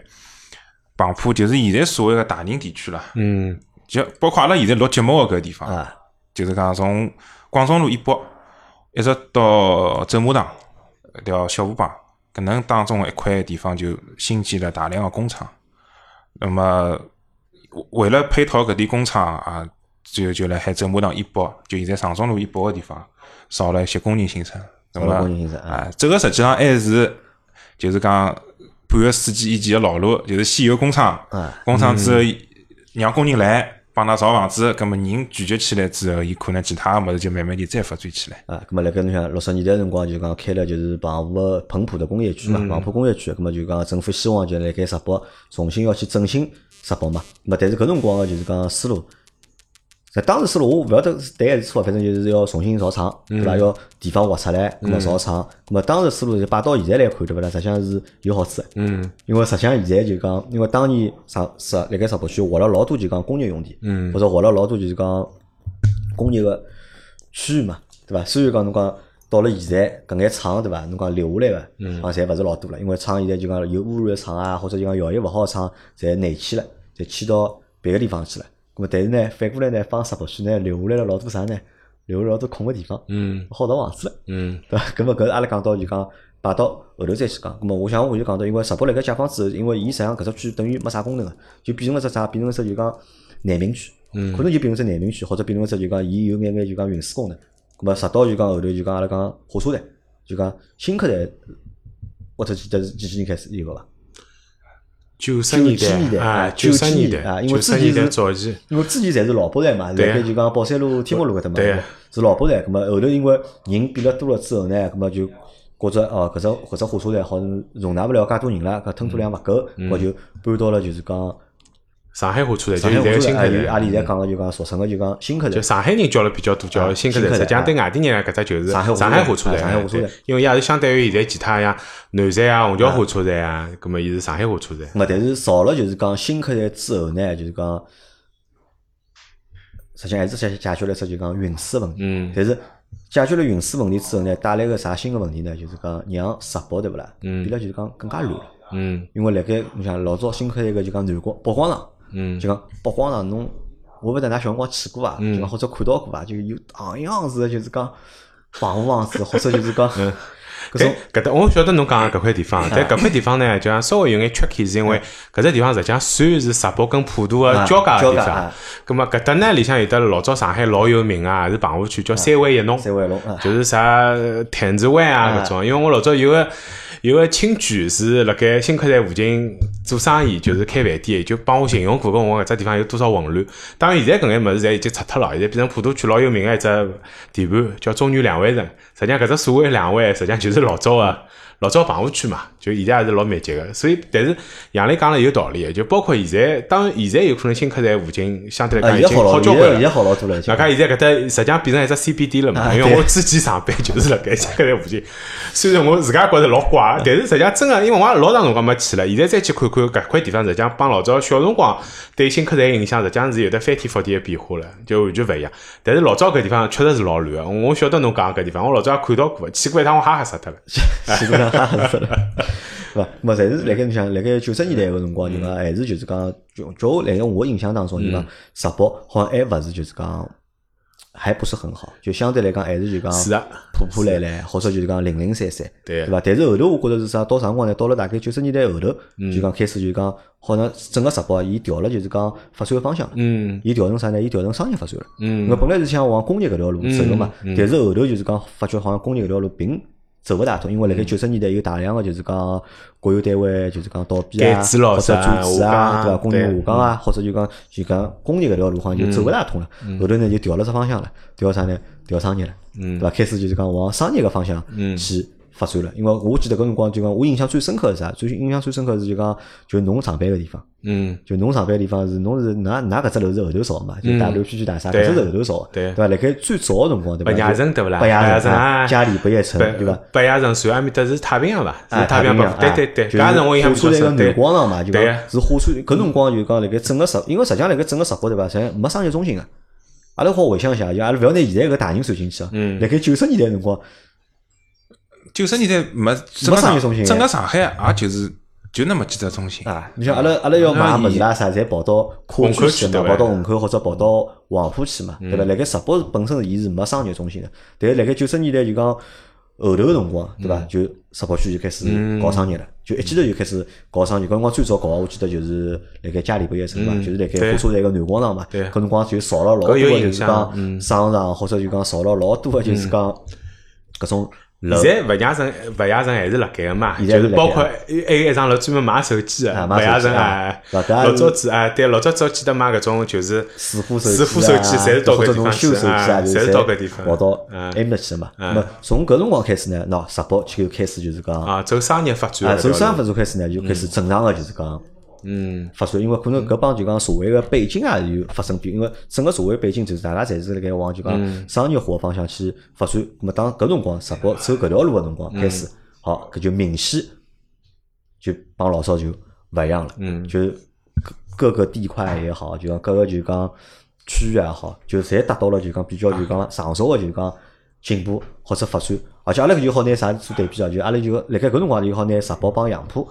Speaker 3: 棚浦，就是现在所谓个大宁地区啦，
Speaker 1: 嗯，
Speaker 3: 就包括阿拉现在录节目个搿个地方，
Speaker 2: 啊，
Speaker 3: 就是讲从广中路以北一直到走马塘一条小河浜，搿能当中的一块地方就兴建了大量个工厂。那么为了配套搿点工厂啊，就就辣海走马塘以北，就现在长中路以北个地方造了一些工人新村。那
Speaker 2: 造了
Speaker 3: 么
Speaker 2: 工人新村啊
Speaker 3: 啊，这个实际上还是就是讲半个世纪以前的老路，就是先有工厂
Speaker 2: 啊，
Speaker 3: 工厂之后让工人来帮他造房子，葛么人聚集起来之后，伊可能其他个物事就慢慢地再发展起来。
Speaker 2: 啊，咁么辣盖侬想六十年代辰光就讲开了就是棚户个彭浦的工业区嘛，棚浦工业区，咁么就讲政府希望就辣盖石浦重新要去振兴石浦嘛，咁么但是搿辰光个就是讲思路，那当时思路我勿晓得是对还是错，反正就是要重新造厂，对伐？要地方划出来，咁么造厂，咁么当时思路就摆到现在来看，对勿啦？实际上是有好处的，
Speaker 1: 嗯，
Speaker 2: 因为实际上现在就讲，因为当年上石辣盖石浦区划了老多就讲工业用地，
Speaker 1: 嗯
Speaker 2: 或者划了老多就是讲工业个区域嘛，对伐？虽然讲侬讲到了现在，搿眼厂对伐？侬讲留下来个，嗯，侪勿是老多了，因为厂现在就讲有污染个厂啊，或者就讲效益勿好个厂，侪内迁了，侪迁到别个地方去了。咁么，但是呢，反过来呢，帮石浦区呢留下来了老多啥呢？留下了老多空个地方，
Speaker 1: 嗯
Speaker 2: 好造房子了。
Speaker 1: 嗯
Speaker 2: 对伐？咁么搿是阿拉讲到就讲摆到后头再去讲。咁么我想我就讲到，因为石浦辣盖解放之后，因为伊实际上搿只区等于没啥功能个，就变成了只啥？变成了只就讲难民区，
Speaker 1: 嗯
Speaker 2: 可能就变成只难民区，或者变成了只就讲伊有眼眼就讲运输功能。咁么直到就讲后头就讲阿拉讲火车站，就讲新客站，我头记得是几几年开始有个伐？
Speaker 1: 九十年代
Speaker 2: 九七年代
Speaker 1: 啊，
Speaker 2: 九
Speaker 1: 九
Speaker 2: 七
Speaker 1: 十
Speaker 2: 年
Speaker 1: 年
Speaker 2: 代啊
Speaker 1: 代，
Speaker 2: 因为
Speaker 1: 九
Speaker 2: 之
Speaker 1: 十
Speaker 2: 前
Speaker 1: 年代
Speaker 2: 是
Speaker 1: 早期，
Speaker 2: 因为之前侪是老北站嘛，
Speaker 1: 对
Speaker 2: 辣
Speaker 1: 啊
Speaker 2: 盖就讲宝山路、天目路搿搭嘛
Speaker 1: 对啊，
Speaker 2: 是老北站。葛末后头因为人变了多了之后呢，葛末就觉着哦，搿只搿只火车站好像容纳勿了介多人了，搿吞吐量勿够，
Speaker 1: 嗯
Speaker 2: 我就搬到了就是讲
Speaker 1: 上海火车
Speaker 2: 上
Speaker 1: 站
Speaker 2: 海
Speaker 1: 就
Speaker 2: 火
Speaker 1: 现在
Speaker 2: 车
Speaker 1: 新
Speaker 2: 站，
Speaker 1: 客
Speaker 2: 也有阿里
Speaker 1: 站，嗯
Speaker 2: 现在讲个就讲俗称个就讲新客
Speaker 1: 就
Speaker 2: 站。
Speaker 1: 上海人叫了比较多，叫新客
Speaker 2: 啊
Speaker 1: 站。实际上对
Speaker 2: 新
Speaker 1: 外地人来讲，搿只就是
Speaker 2: 上海火车
Speaker 1: 上海火车站，
Speaker 2: 站啊上海火车站
Speaker 1: 对因为伊也是相对于现在其他像南站啊、虹桥火车站啊，葛末伊是上海火车站。
Speaker 2: 咁么，但是造了就是讲新客站之后呢，就是讲实际上还是解解决了只就讲运输问题。
Speaker 1: 嗯
Speaker 2: 但是解决了运输问题之后呢，带来个啥新个问题呢？就是讲让石浦对勿啦？
Speaker 1: 嗯
Speaker 2: 变了就是讲更加乱了。
Speaker 1: 嗯
Speaker 2: 因为辣盖侬想老早新开一个就讲南广北广场，
Speaker 1: 嗯
Speaker 2: 就讲北广场侬，我勿晓得㑚小辰光去过伐，啊就
Speaker 1: 嗯
Speaker 2: 讲或者看到过啊伐，就有行一行子的就是讲房屋房子，或者就是讲
Speaker 1: 嗯
Speaker 2: 搿种
Speaker 1: 对，搿搭我晓得侬讲的搿块地
Speaker 2: 啊
Speaker 1: 方，但搿块地方呢，就讲稍微有眼缺陷，是因为搿只地方实际上算是石浦跟普渡
Speaker 2: 啊
Speaker 1: 个交界
Speaker 2: 交
Speaker 1: 个
Speaker 2: 界
Speaker 1: 地
Speaker 2: 啊
Speaker 1: 方。葛末搿搭呢，里向有得老早上海老有名啊，是棚户区叫三湾一弄，
Speaker 2: 三汇龙 啊，
Speaker 1: 就是啥毯子湾啊搿
Speaker 2: 嗯
Speaker 1: 种。因为我老早有个有个亲眷是辣盖新客站附近做生意，就是开饭店，就帮我形容过跟我搿只地方有多少混乱。当然现在搿眼物事侪已经拆脱了，现在变成普陀区老有名个一只地盘，叫中原两湾城。实际上搿只所谓两湾，实际上就是老早个老早棚户区嘛，就现在还是老密集个。所以，但是杨磊讲了有道理的，就包括现在，当然现在有可能新客站附近相对来
Speaker 2: 啊，
Speaker 1: 哎讲已
Speaker 2: 现
Speaker 1: 经
Speaker 2: 在好老
Speaker 1: 好交
Speaker 2: 多，
Speaker 1: 关了
Speaker 2: 现在现。在好老多了。
Speaker 1: 外加现在搿搭实际上变成一只 CBD 了嘛，
Speaker 2: 啊
Speaker 1: 因为我
Speaker 2: 对
Speaker 1: 自己上班就是辣盖家搿在附近。虽然我自家觉着老怪，但是实际上真个，因为我也老长辰光没去了，现在再去看看搿块地方，实际上帮老早小辰光对新客站印象，实际上是有得翻天覆地的变化了，就完全勿一样。但是老早搿地方确实是老乱个，我晓得侬讲搿地方，我老早也看到过，去过一趟我吓吓死脱了。
Speaker 2: 习 惯上吓死了，是吧？那么侪是辣盖你想，辣盖九十年代个辰光，人家还是就是讲，就就辣盖我印象当中，人家
Speaker 1: 嗯
Speaker 2: 直播好像还勿是就是讲，还不是很好，就相对来讲还是就讲
Speaker 1: 是啊，
Speaker 2: 破破烂烂，或者就是讲零零散散，
Speaker 1: 对啊
Speaker 2: 对伐？但是后头我觉着是啥？到啥辰光呢？到了大概九十年代后头，
Speaker 1: 嗯
Speaker 2: 就讲开始就讲，好像整个直播啊伊调了就是讲发展个方向了，
Speaker 1: 嗯
Speaker 2: 伊调成啥呢？伊调成商业发展了。
Speaker 1: 嗯
Speaker 2: 那本来是想往工业搿条路走个嘛，
Speaker 1: 嗯嗯
Speaker 2: 但是后头就是讲发觉好像工业搿条路并走勿大通，因为辣盖九十年代有大量个就是讲国有单位就是讲倒闭啊，
Speaker 1: 改制咯
Speaker 2: 或者
Speaker 1: 啥
Speaker 2: 转制
Speaker 1: 下岗
Speaker 2: 啊，对伐？工业
Speaker 1: 对嗯
Speaker 2: 下岗啊，或者就讲就讲工业搿条路好像就走勿大通了，后头呢就调了只方向了，调啥呢？调商业了，
Speaker 1: 嗯
Speaker 2: 对伐？开始就是讲往商业搿方向去。发展了，因为我记得搿辰光就讲，我印象最深刻是啥？最印象最深刻是就讲，就侬上班个地方，
Speaker 1: 嗯，
Speaker 2: 就侬上班地方是侬是哪哪搿只楼是后头造的嘛？就大楼 PG 大厦
Speaker 1: 嗯对啊
Speaker 2: 搿只是后头造的，
Speaker 1: 对
Speaker 2: 对伐？辣盖最早个辰光对伐？
Speaker 1: 白夜城对
Speaker 2: 勿
Speaker 1: 勿啦
Speaker 2: 白
Speaker 1: 白
Speaker 2: 夜
Speaker 1: 夜城啊
Speaker 2: 啊，嘉里白夜城
Speaker 1: 白
Speaker 2: 对伐？
Speaker 1: 白夜城，随后埃面搭是太平洋伐？
Speaker 2: 啊
Speaker 1: 是太平
Speaker 2: 洋哎
Speaker 1: 洋，对对对，
Speaker 2: 就是
Speaker 1: 搿也是我印象比较
Speaker 2: 火
Speaker 1: 深。
Speaker 2: 车站个南
Speaker 1: 对，
Speaker 2: 广场嘛，就
Speaker 1: 对啊呀
Speaker 2: 讲是火车搿辰光就讲辣盖整个石，因为实际上辣盖整个石浦对伐？实际上没商业中心个。啊阿拉好回想一下，就阿拉勿要拿现在搿大人算进去啊。
Speaker 1: 嗯
Speaker 2: 辣盖九十年代个辰光，
Speaker 3: 九十年代没整
Speaker 2: 没
Speaker 3: 个
Speaker 2: 商业
Speaker 3: 上
Speaker 2: 中心哎
Speaker 3: 整个上海啊也就是就那么几只中心
Speaker 2: 啊，你像阿拉阿拉要买物事啦啥，侪跑到跨
Speaker 1: 虹口
Speaker 2: 区
Speaker 1: 去
Speaker 2: 去
Speaker 1: 对嗯伐
Speaker 2: 嘛，跑到虹口或者跑到黄浦去嘛，对伐？辣盖石浦本身伊是没商业中心的，但是辣盖九十年代就讲后头个辰光，对伐？
Speaker 1: 嗯
Speaker 2: 就石浦区就开始搞商业了，就一记头就开始搞商业。搿辰光最早搞，我记得就是辣盖嘉里北夜城嘛，就是辣
Speaker 1: 嗯对
Speaker 2: 盖火车站个南广场嘛，
Speaker 1: 对
Speaker 2: 搿辰光就造了老
Speaker 1: 搿
Speaker 2: 多
Speaker 1: 有
Speaker 2: 个
Speaker 1: 印
Speaker 2: 就是
Speaker 1: 象嗯
Speaker 2: 讲商场，或者就讲造了老多个就是讲搿种楼。
Speaker 1: 现在勿夜城勿夜城还是辣盖个嘛，
Speaker 2: 现
Speaker 1: 就
Speaker 2: 在
Speaker 1: 是
Speaker 2: 是
Speaker 1: 包括
Speaker 2: 辣
Speaker 1: 还有一幢楼专门卖手机个，勿
Speaker 2: 啊卖
Speaker 1: 夜
Speaker 2: 手
Speaker 1: 城
Speaker 2: 机啊
Speaker 1: 哎，
Speaker 2: 搿也
Speaker 1: 老
Speaker 2: 是
Speaker 1: 早子哎，对，老早早记得买搿种就是
Speaker 2: 水货手
Speaker 1: 水
Speaker 2: 机
Speaker 1: 货手机，侪是到
Speaker 2: 或
Speaker 1: 搿
Speaker 2: 者
Speaker 1: 地
Speaker 2: 侬
Speaker 1: 方
Speaker 2: 修
Speaker 1: 去
Speaker 2: 手机啊，
Speaker 1: 哎，
Speaker 2: 就
Speaker 1: 侪是到搿地方
Speaker 2: 跑到
Speaker 1: 嗯
Speaker 2: 埃面去嘛。
Speaker 1: 嗯
Speaker 2: 那么从搿辰光开始呢，喏，直播就开始就是讲啊，
Speaker 1: 啊，走商业发展了。
Speaker 2: 从
Speaker 1: 对伐啊嗯
Speaker 2: 三分钟开始呢，就开始正常个就是讲。嗯，发展，因为可能搿帮就讲社会个背景啊有发生变，因为整个社会背景就是大家侪是辣盖往就
Speaker 1: 嗯
Speaker 2: 讲商业化方向去发展。那么当搿辰光直播走搿条路个辰光开
Speaker 1: 嗯
Speaker 2: 始，好，搿就明显就帮老早就勿一样了。
Speaker 1: 嗯
Speaker 2: 就是各各个地块也好，就讲各个就讲区域也好，就侪达到了就讲比较就讲成熟个就讲进步或者发展。而且阿拉搿就好拿啥做对比啊？就阿拉就辣盖搿辰光就好拿石宝帮杨浦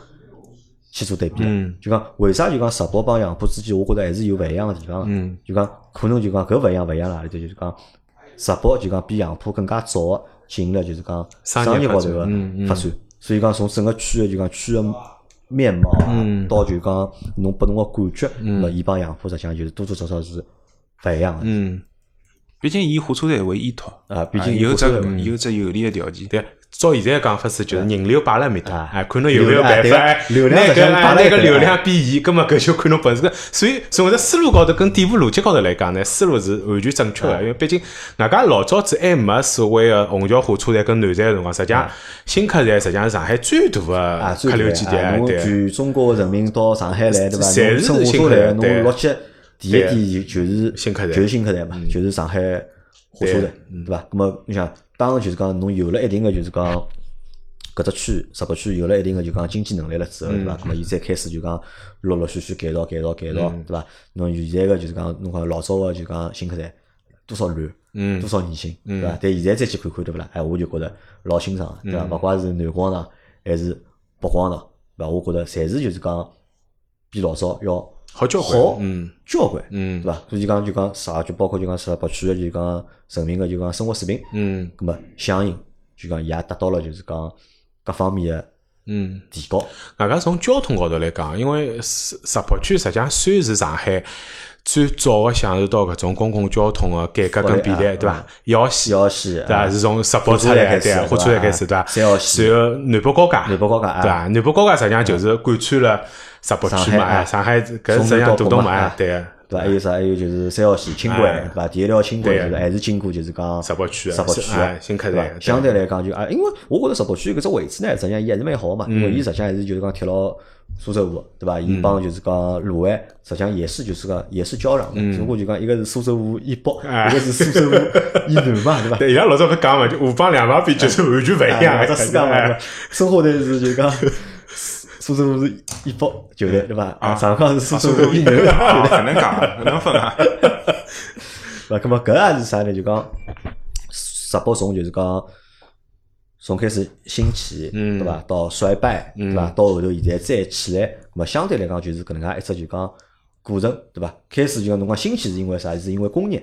Speaker 2: 去做对比啊。
Speaker 1: 嗯
Speaker 2: 就讲为啥就讲石宝帮杨浦之间，我觉着还是有勿一样个地方个。啊
Speaker 1: 嗯
Speaker 2: 就讲可能就讲搿勿一样勿一样啦，里头就是讲石宝就讲比杨浦更加早个进入了就是讲
Speaker 1: 商业
Speaker 2: 商业
Speaker 1: 发
Speaker 2: 高头
Speaker 1: 展
Speaker 2: 个
Speaker 1: 嗯嗯
Speaker 2: 发展。所以讲从整个区个就讲区个面貌啊，
Speaker 1: 嗯
Speaker 2: 到就讲侬拨侬个感觉，那么伊帮杨浦实际上就是多多少少是勿一样个
Speaker 1: 嗯，
Speaker 3: 毕竟以火车站为依托
Speaker 2: 啊毕竟以
Speaker 3: 有
Speaker 2: 火
Speaker 3: 只
Speaker 2: 车站为
Speaker 3: 有只有利的条件。
Speaker 1: 对，啊照现在讲法是就是人流摆辣埃面搭
Speaker 2: 啊，
Speaker 1: 哎，看侬有没有
Speaker 2: 流量
Speaker 1: 办
Speaker 2: 对
Speaker 1: 法哎
Speaker 2: 流量
Speaker 1: 拿
Speaker 2: 实际
Speaker 1: 个
Speaker 2: 上
Speaker 1: 哎
Speaker 2: 摆辣啊
Speaker 1: 拿
Speaker 2: 埃
Speaker 1: 个
Speaker 2: 面搭
Speaker 1: 流量比伊，葛末搿就看侬本事个。所以从搿只思路高头跟底部逻辑高头来讲呢，思路是完全正确个，因为毕竟外加老早子还没所谓个虹桥火车站跟南站个辰光，实际上新客站实际上是上海最大
Speaker 2: 啊，
Speaker 1: 个
Speaker 2: 最
Speaker 1: 客流
Speaker 2: 对
Speaker 1: 基
Speaker 2: 个
Speaker 1: 地，
Speaker 2: 啊，
Speaker 1: 哎
Speaker 2: 侬
Speaker 1: 对。
Speaker 2: 全中国个人民到上海来对伐？
Speaker 1: 侪
Speaker 2: 侬
Speaker 1: 是
Speaker 2: 乘火
Speaker 1: 新客
Speaker 2: 车
Speaker 1: 站
Speaker 2: 来，
Speaker 1: 对啊
Speaker 2: 侬落脚第一点就是
Speaker 1: 新客站嗯
Speaker 2: 就是新客站嘛，就是上海火车
Speaker 1: 啊
Speaker 2: 站对伐？那么你想，当就是讲侬有了一定个就是讲。搿只区石浦区有了一定个就讲经济能力了之后，对
Speaker 1: 嗯
Speaker 2: 伐？咁么伊再开始就讲陆陆续续改造、改造、改造，
Speaker 1: 嗯
Speaker 2: 对伐？侬现在个就是讲，侬看老早个就讲新客站多少乱，
Speaker 1: 嗯嗯
Speaker 2: 多少年轻，对伐？但现在再去看看，对勿啦？哎，我就觉着老欣赏，对伐？勿怪是南广场还是北广场，对伐？我觉着侪是就是讲比老早要
Speaker 1: 好交关
Speaker 2: 好
Speaker 1: 嗯
Speaker 2: 交关，
Speaker 1: 嗯
Speaker 2: 对伐？所以讲就讲啥，就包括就讲啥北区个就讲人民个就讲生活水平，
Speaker 1: 嗯
Speaker 2: 咁么相应就讲伊也达到了就是讲各方面个
Speaker 1: 嗯。
Speaker 2: 提高。
Speaker 1: 外加从交通高头来讲，因为石石浦区实际上虽然是上海最早个享受到搿种公共交通个改革跟便利，
Speaker 2: 嗯
Speaker 1: 对伐？一号线，
Speaker 2: 要西
Speaker 1: 对伐？
Speaker 2: 啊
Speaker 1: 是从石浦
Speaker 2: 火
Speaker 1: 出
Speaker 2: 车站
Speaker 1: 来，
Speaker 2: 开始
Speaker 1: 对伐，
Speaker 2: 对
Speaker 1: 火
Speaker 2: 伐
Speaker 1: 车站开始，对伐？
Speaker 2: 三号线
Speaker 1: 然后南北高架，
Speaker 2: 南北高架啊嗯
Speaker 1: 对伐？南北高架实际上就是贯穿了石浦区
Speaker 2: 上
Speaker 1: 嘛，
Speaker 2: 海啊
Speaker 1: 哎，上海搿
Speaker 2: 从
Speaker 1: 实际上
Speaker 2: 南
Speaker 1: 大
Speaker 2: 到
Speaker 1: 动
Speaker 2: 北
Speaker 1: 脉，
Speaker 2: 啊
Speaker 1: 哎对个。
Speaker 2: 对伐？还有啥？还有就是三号线轻轨，
Speaker 1: 哎
Speaker 2: 对伐？第一条轻轨就是
Speaker 1: 对
Speaker 2: 还是经过就是讲
Speaker 1: 石
Speaker 2: 石
Speaker 1: 北区啊
Speaker 2: 北
Speaker 1: 是
Speaker 2: 区
Speaker 1: 哎新客
Speaker 2: 对
Speaker 1: 站
Speaker 2: 伐？
Speaker 1: 对
Speaker 2: 相对来讲就啊，因为我觉着石北区搿只位置呢，实际上伊还是蛮好个嘛，因为伊实际上还是就是讲贴牢苏州河，对伐？伊帮就是讲卢湾，实际上也是就是讲也是交壤的，只不过就讲一个是苏州河以北，
Speaker 1: 哎
Speaker 2: 一个是苏州河以南嘛，对 伐？
Speaker 1: 对，伊拉老早勿讲嘛，就河帮两旁边就是完全勿一样
Speaker 2: 啊
Speaker 1: 的
Speaker 2: 这
Speaker 1: 感
Speaker 2: 世
Speaker 1: 觉
Speaker 2: 界嘛，对
Speaker 1: 哎
Speaker 2: 吧生活的是就讲苏州是一包球队对吧？
Speaker 3: 啊
Speaker 2: 上港是苏
Speaker 3: 啊
Speaker 2: 州
Speaker 3: 苏州
Speaker 2: 一
Speaker 3: 一
Speaker 2: 牛，
Speaker 3: 流
Speaker 2: 对 吧？
Speaker 3: 啊，搿能讲，搿能分啊。
Speaker 2: 那么搿也是啥呢？就讲石北从就是讲从开始兴起，
Speaker 1: 嗯
Speaker 2: 对吧？到衰败，对吧？到后头现在再起来，那么相对来讲就是搿能介一只就讲过程，对吧？开始就讲侬讲兴起是因为啥？是因为工业，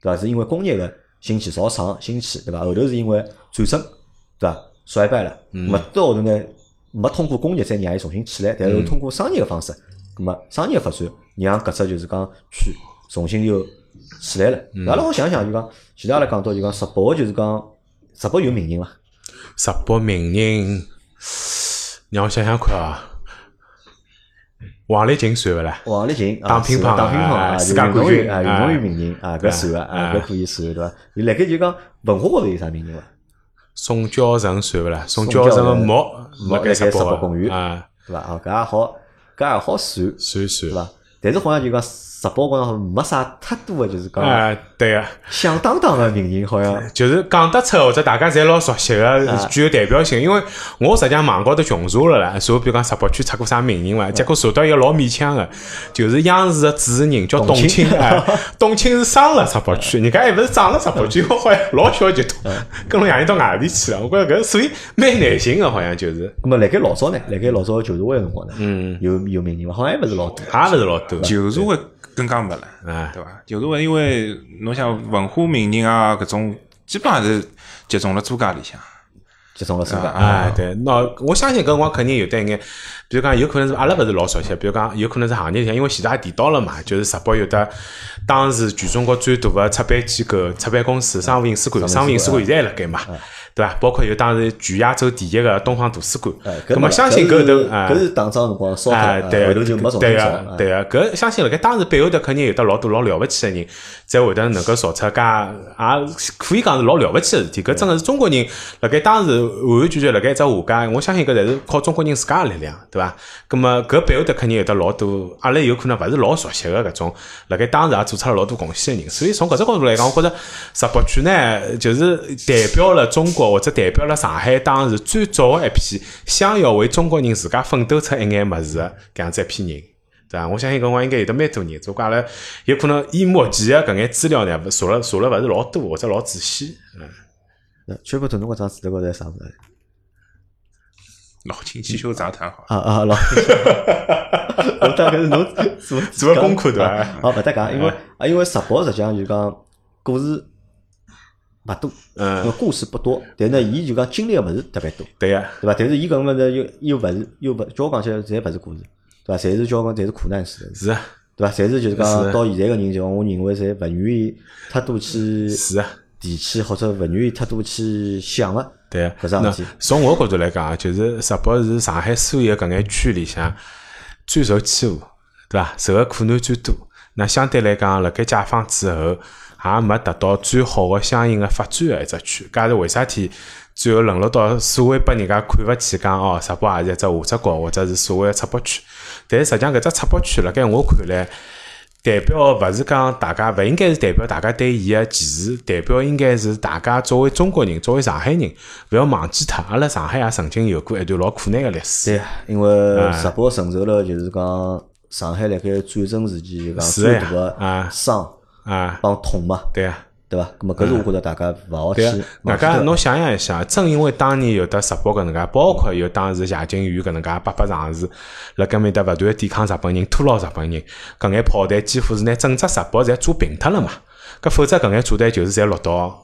Speaker 2: 对吧？是因为工业的兴起，造厂兴起，对吧？后头是因为战争，对吧？衰败了，那么到后头呢，没通过工业再让伊重新起来，但是通过商业的方式，那么商业发展让搿只就是讲区重新又起来了。
Speaker 1: 嗯
Speaker 2: 阿拉好想想就讲，前头阿拉讲到就讲石北就是讲石北有名人伐？
Speaker 1: 石北名人，让我想想看啊，王励勤算勿啦？
Speaker 2: 王励勤啊
Speaker 1: 打乒
Speaker 2: 是的
Speaker 1: 乓
Speaker 2: 打乒乓
Speaker 1: 啊
Speaker 2: 啊，
Speaker 1: 世
Speaker 2: 有
Speaker 1: 界
Speaker 2: 运动
Speaker 1: 冠军
Speaker 2: 员啊，运
Speaker 1: 啊
Speaker 2: 动员名人啊，搿
Speaker 1: 对
Speaker 2: 算个啊，
Speaker 1: 啊
Speaker 2: 搿可以算个对伐？辣盖就讲文化高头有啥名人伐？
Speaker 1: 宋教成算勿啦？宋
Speaker 2: 宋
Speaker 1: 教
Speaker 2: 教
Speaker 1: 成个
Speaker 2: 成
Speaker 1: 墓
Speaker 2: 墓
Speaker 1: 没
Speaker 2: 辣盖
Speaker 1: 盖
Speaker 2: 石北
Speaker 1: 北
Speaker 2: 公园
Speaker 1: 啊，
Speaker 2: 对伐？啊，搿也好，搿也好算，
Speaker 1: 算
Speaker 2: 对
Speaker 1: 算
Speaker 2: 伐？但是好像就讲石北好像没啥太多个就是讲
Speaker 1: 啊，对个。
Speaker 2: 响当当个名人，好像
Speaker 1: 就是讲得出或者大家侪老熟悉
Speaker 2: 啊
Speaker 1: 个，具有代表性。因为我实际上网高头穷查了啦，查比如讲石北区出过啥名
Speaker 2: 啊
Speaker 1: 人伐，结果查到一个老勉强个，就是央视个主持人叫
Speaker 2: 董
Speaker 1: 董
Speaker 2: 卿啊
Speaker 1: 卿啊， 董卿是生了石北区，人家还勿是长了石北区，我好像老小就读跟侬爷娘到外地去了。我觉着搿所以蛮难寻个，好像就是
Speaker 2: 咁么，辣盖老早呢，辣盖老早旧社会个辰光呢，
Speaker 1: 嗯，
Speaker 2: 有有名人伐？好像还勿是老多。
Speaker 1: 也勿是老多
Speaker 3: 旧社会更加没了，
Speaker 1: 啊
Speaker 3: 对伐？旧社会因为侬想文化名人啊，搿种基本上是集中了租界里向。
Speaker 2: 集中了世界，
Speaker 3: 啊
Speaker 1: 哎，对，那我相信搿辰光肯定有得一眼，比如讲有可能是阿拉勿是老熟悉，比如讲有可能是行业里向，因为前头也提到了嘛，就是石北有得当时全中国最大的出版机构、出版公司商务印书馆，
Speaker 2: 商
Speaker 1: 商
Speaker 2: 务
Speaker 1: 务
Speaker 2: 印
Speaker 1: 印
Speaker 2: 书
Speaker 1: 书
Speaker 2: 馆
Speaker 1: 馆现在还辣盖嘛，
Speaker 2: 哎
Speaker 1: 对伐？包括有当时全亚洲第一个东方图书馆，
Speaker 2: 哎，
Speaker 1: 咁
Speaker 2: 么
Speaker 1: 么相信
Speaker 2: 搿
Speaker 1: 搿
Speaker 2: 是
Speaker 1: 头啊
Speaker 2: 搿是打仗辰光烧脱
Speaker 1: 哎，
Speaker 2: 了，
Speaker 1: 对
Speaker 2: 后
Speaker 1: 啊，
Speaker 2: 头就没重新
Speaker 1: 对
Speaker 2: 烧
Speaker 1: 啊
Speaker 2: 啊，。
Speaker 1: 对啊，搿相信辣盖当时背后头肯定有得老多老了勿起个人，才会得能够造出介也可以讲是老了勿起个事体。搿真个是中国人辣盖当时完完全全辣盖一只下家，我相信搿侪是靠中国人自家个力量，对伐？葛末搿背后头肯定有得老多阿拉有可能勿是老熟悉个搿种辣盖当时也做出了老多贡献个人。所以从搿只角度来讲，我觉着石北区呢，就是代表了中国或者代表了上海当时最早个一批想要为中国人自家奋斗出一眼物事个搿样子一批人。对伐？我相信搿辰光应该有得蛮多人，只不过阿拉有可能以目前啊个搿眼资料呢，勿查了查了勿是老多或者老仔细。嗯，
Speaker 2: 那全部头侬搿张纸头高头有啥物事？
Speaker 3: 老清汽修杂谈好，
Speaker 2: 啊啊，老， 我当搿是侬做
Speaker 1: 做个功课对伐
Speaker 2: 啊好，勿搭讲，因为啊，因为石宝实际上就讲故事勿多，
Speaker 1: 嗯
Speaker 2: 因为故事不多，但呢，伊就讲经历个勿是特别多。
Speaker 1: 对啊个，
Speaker 2: 对伐？但是伊搿物事又又勿是又勿，叫我讲起来侪勿是故事，对伐？侪是叫我讲，侪是苦难史，
Speaker 1: 是啊，
Speaker 2: 对伐？侪是就是讲
Speaker 1: 是
Speaker 2: 到现在个人，就讲我认为侪勿愿意太多去
Speaker 1: 是啊。
Speaker 2: 提起，或者勿愿意太多去想个。
Speaker 1: 对啊
Speaker 2: 搿桩
Speaker 1: 那
Speaker 2: 事体
Speaker 1: 从我角度来讲啊，就是石北是上海所有搿眼区里向最受欺负，对伐？受个苦难最多。那相对来讲，辣盖解放之后，也没达到最好个相应个发展个一只区。搿也是为啥体最后沦落到所谓拨人家看勿起，讲哦，石北也是一只下只角，或者是所谓个出北区。但是实际上搿只出北区，辣盖我看来。代表勿是讲大家，勿应该是代表大家对伊个歧视，代表应该是大家作为中国人，作为上海人，勿要忘记脱，阿拉上海也曾经有过一段老苦难个历史。
Speaker 2: 对啊，因为石宝承受了就是讲上海辣盖战争时期就讲
Speaker 1: 是
Speaker 2: 最
Speaker 1: 呀
Speaker 2: 大个
Speaker 1: 啊
Speaker 2: 伤
Speaker 1: 啊，
Speaker 2: 帮痛嘛，
Speaker 1: 对啊，
Speaker 2: 对伐？咁么搿是我觉着大家勿好去
Speaker 1: 对啊，
Speaker 2: 忘
Speaker 1: 外
Speaker 2: 记
Speaker 1: 加
Speaker 2: 脱
Speaker 1: 侬想象一下，正因为当年有得石北搿能介，包括有当时谢晋元搿能介八八常侍，辣搿面搭勿断地抵抗日本人，拖牢日本人，搿眼炮弹几乎是拿整只石北侪炸平脱了嘛。搿否则搿眼炸弹就是侪落到。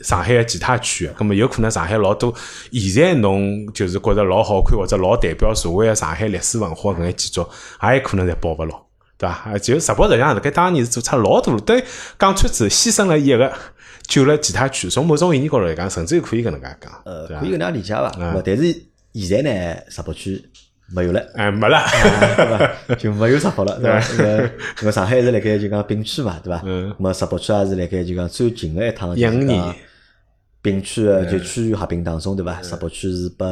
Speaker 1: 上海个其他区，葛末有可能上海老多现在侬就是觉着老好看或者老代表所谓个上海历史文化搿眼建筑，也有可能侪保勿牢，对伐？啊，就石北实际上辣盖当年是做出老多，对讲穿子牺牲了一个，救了其他区。从某种意义高头来讲，甚至于可以搿能介讲，
Speaker 2: 呃，
Speaker 1: 对
Speaker 2: 可以搿能
Speaker 1: 伐？
Speaker 2: 样理解伐？咾么但是现在呢，石北区没 有了。
Speaker 1: 哎，没了，
Speaker 2: 对伐？就没有石博了，对伐？那个那个上海一直辣盖就讲并区嘛，对伐？
Speaker 1: 啊嗯
Speaker 2: 那么石博区也是辣盖就讲最近的一趟，
Speaker 1: 一五
Speaker 2: 呃
Speaker 1: 年，
Speaker 2: 并区
Speaker 1: 哎
Speaker 2: 的就区域合并当中，对伐？石博区是拨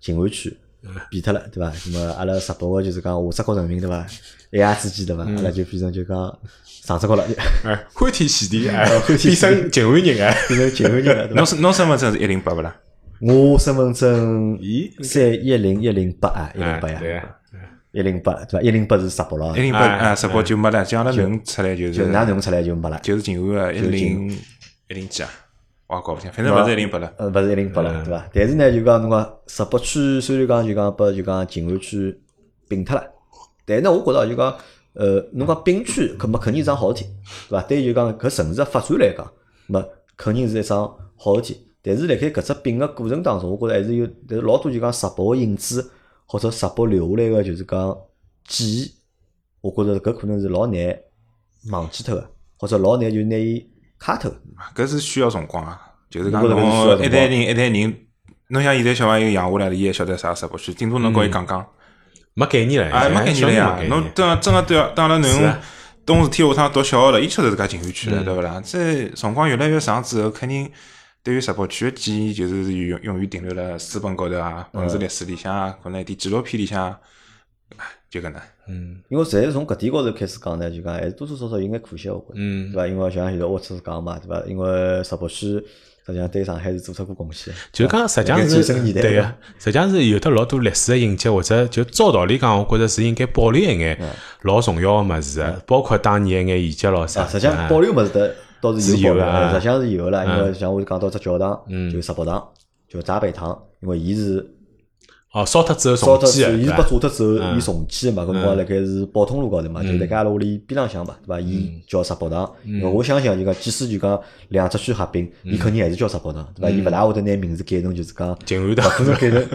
Speaker 2: 静安区
Speaker 1: 哎
Speaker 2: 变脱了，对伐？那么阿拉石博个就是讲下只国人民，对伐？一夜之间，对
Speaker 1: 嗯
Speaker 2: 伐？阿拉就变成就讲上只国 了，
Speaker 1: 哎，欢天喜地，哎，
Speaker 2: 呃欢天喜地
Speaker 1: 变成静安人哎，
Speaker 2: 变成静安人了，对伐
Speaker 3: 侬？身侬身份证是一零八勿啦？
Speaker 2: 我身份证
Speaker 1: 咦，
Speaker 2: 三一零一零八啊，一零八
Speaker 1: 哎，对
Speaker 2: 呀，
Speaker 1: 啊，
Speaker 2: 一零八对伐？一零八是石博了
Speaker 3: 一，零八
Speaker 1: 哎
Speaker 3: 啊，直播就没了，像阿拉能出来就是
Speaker 2: 就㑚弄出来就没了，
Speaker 3: 就是静安个一零一零几啊，我也搞勿清，反正勿是一零八了。嗯
Speaker 2: 呃，勿是一零八了，对伐？但是呢，就讲侬讲石博区虽然讲就讲拨就讲静安区并脱了，但是呢，我觉着就讲呃，侬讲并区，搿么肯定是桩好事体，对伐？对于就讲搿城市个发展来讲，么肯定是一桩好事体。但是辣盖搿只并个过程当中，我觉着还是有，但是老多就讲石博个影子，或者石博留下来个就是讲记忆，我觉着搿可能是老难忘记脱个，或者老难就拿伊卡脱的。
Speaker 3: 搿是需要辰光啊，就是讲
Speaker 2: 我觉得搿是需要
Speaker 3: 侬一
Speaker 2: 辰光
Speaker 3: 代人一代人，侬像现在小朋友养下来了，伊还晓得啥直播区，顶多侬跟伊讲讲，
Speaker 1: 没概念了，
Speaker 3: 哎，没概
Speaker 1: 现在小
Speaker 3: 念了呀
Speaker 1: 人没概。念
Speaker 3: 侬真真个对当了
Speaker 1: 是
Speaker 3: 侬
Speaker 1: 啊嗯
Speaker 3: 懂事体下趟读小学了，伊晓得自家情绪区了，对勿啦？这辰光越来越长之后，肯定。对于直播区的记忆，就是永永远停留辣书本高头啊，
Speaker 1: 嗯
Speaker 3: 文字历史里向啊，可能一点纪录片里向啊，哎就搿能。
Speaker 1: 嗯
Speaker 2: 因为实在从搿点高头开始讲呢，就讲还是多多少少有眼可惜的，我觉着，对
Speaker 1: 嗯，
Speaker 2: 伐？因为像现在我只是讲嘛，对伐？因为石博区实际上对上海是做出过贡献的，
Speaker 1: 就讲实际上
Speaker 2: 辣盖
Speaker 1: 是
Speaker 2: 90年代
Speaker 1: 对
Speaker 2: 对
Speaker 1: 个
Speaker 2: 吧，
Speaker 1: 实际上是有得老多历史的印记，或者就照道理讲，我觉着是应该保留一眼
Speaker 2: 嗯
Speaker 1: 老重要个物事的，包括当年一眼遗迹咯啥
Speaker 2: 啊，
Speaker 1: 的。
Speaker 2: 实际上保留物事的倒是
Speaker 1: 是有
Speaker 2: 有保留
Speaker 1: 的啊
Speaker 2: 的，实嗯际上是有的啦。因为像我讲到只教堂，就石博堂，就闸北堂，因为伊是
Speaker 1: 哦，烧脱之后
Speaker 2: 烧
Speaker 1: 重
Speaker 2: 脱
Speaker 1: 建
Speaker 2: 之后，
Speaker 1: 的，
Speaker 2: 伊
Speaker 1: 对
Speaker 2: 是被
Speaker 1: 吧嗯
Speaker 2: 炸脱之后，伊重建的嘛，搿辰光辣盖是宝通路高头嘛，就辣盖阿拉屋里边浪向嘛，对伐？
Speaker 1: 嗯
Speaker 2: 伊叫石博堂，因为我相信就讲，即使就讲两只区合并，
Speaker 1: 嗯
Speaker 2: 伊肯定还是叫石博堂，对伐？伊勿大会得拿名字改成就是讲，
Speaker 1: 静安嗯
Speaker 2: 可
Speaker 1: 堂。
Speaker 2: 能改成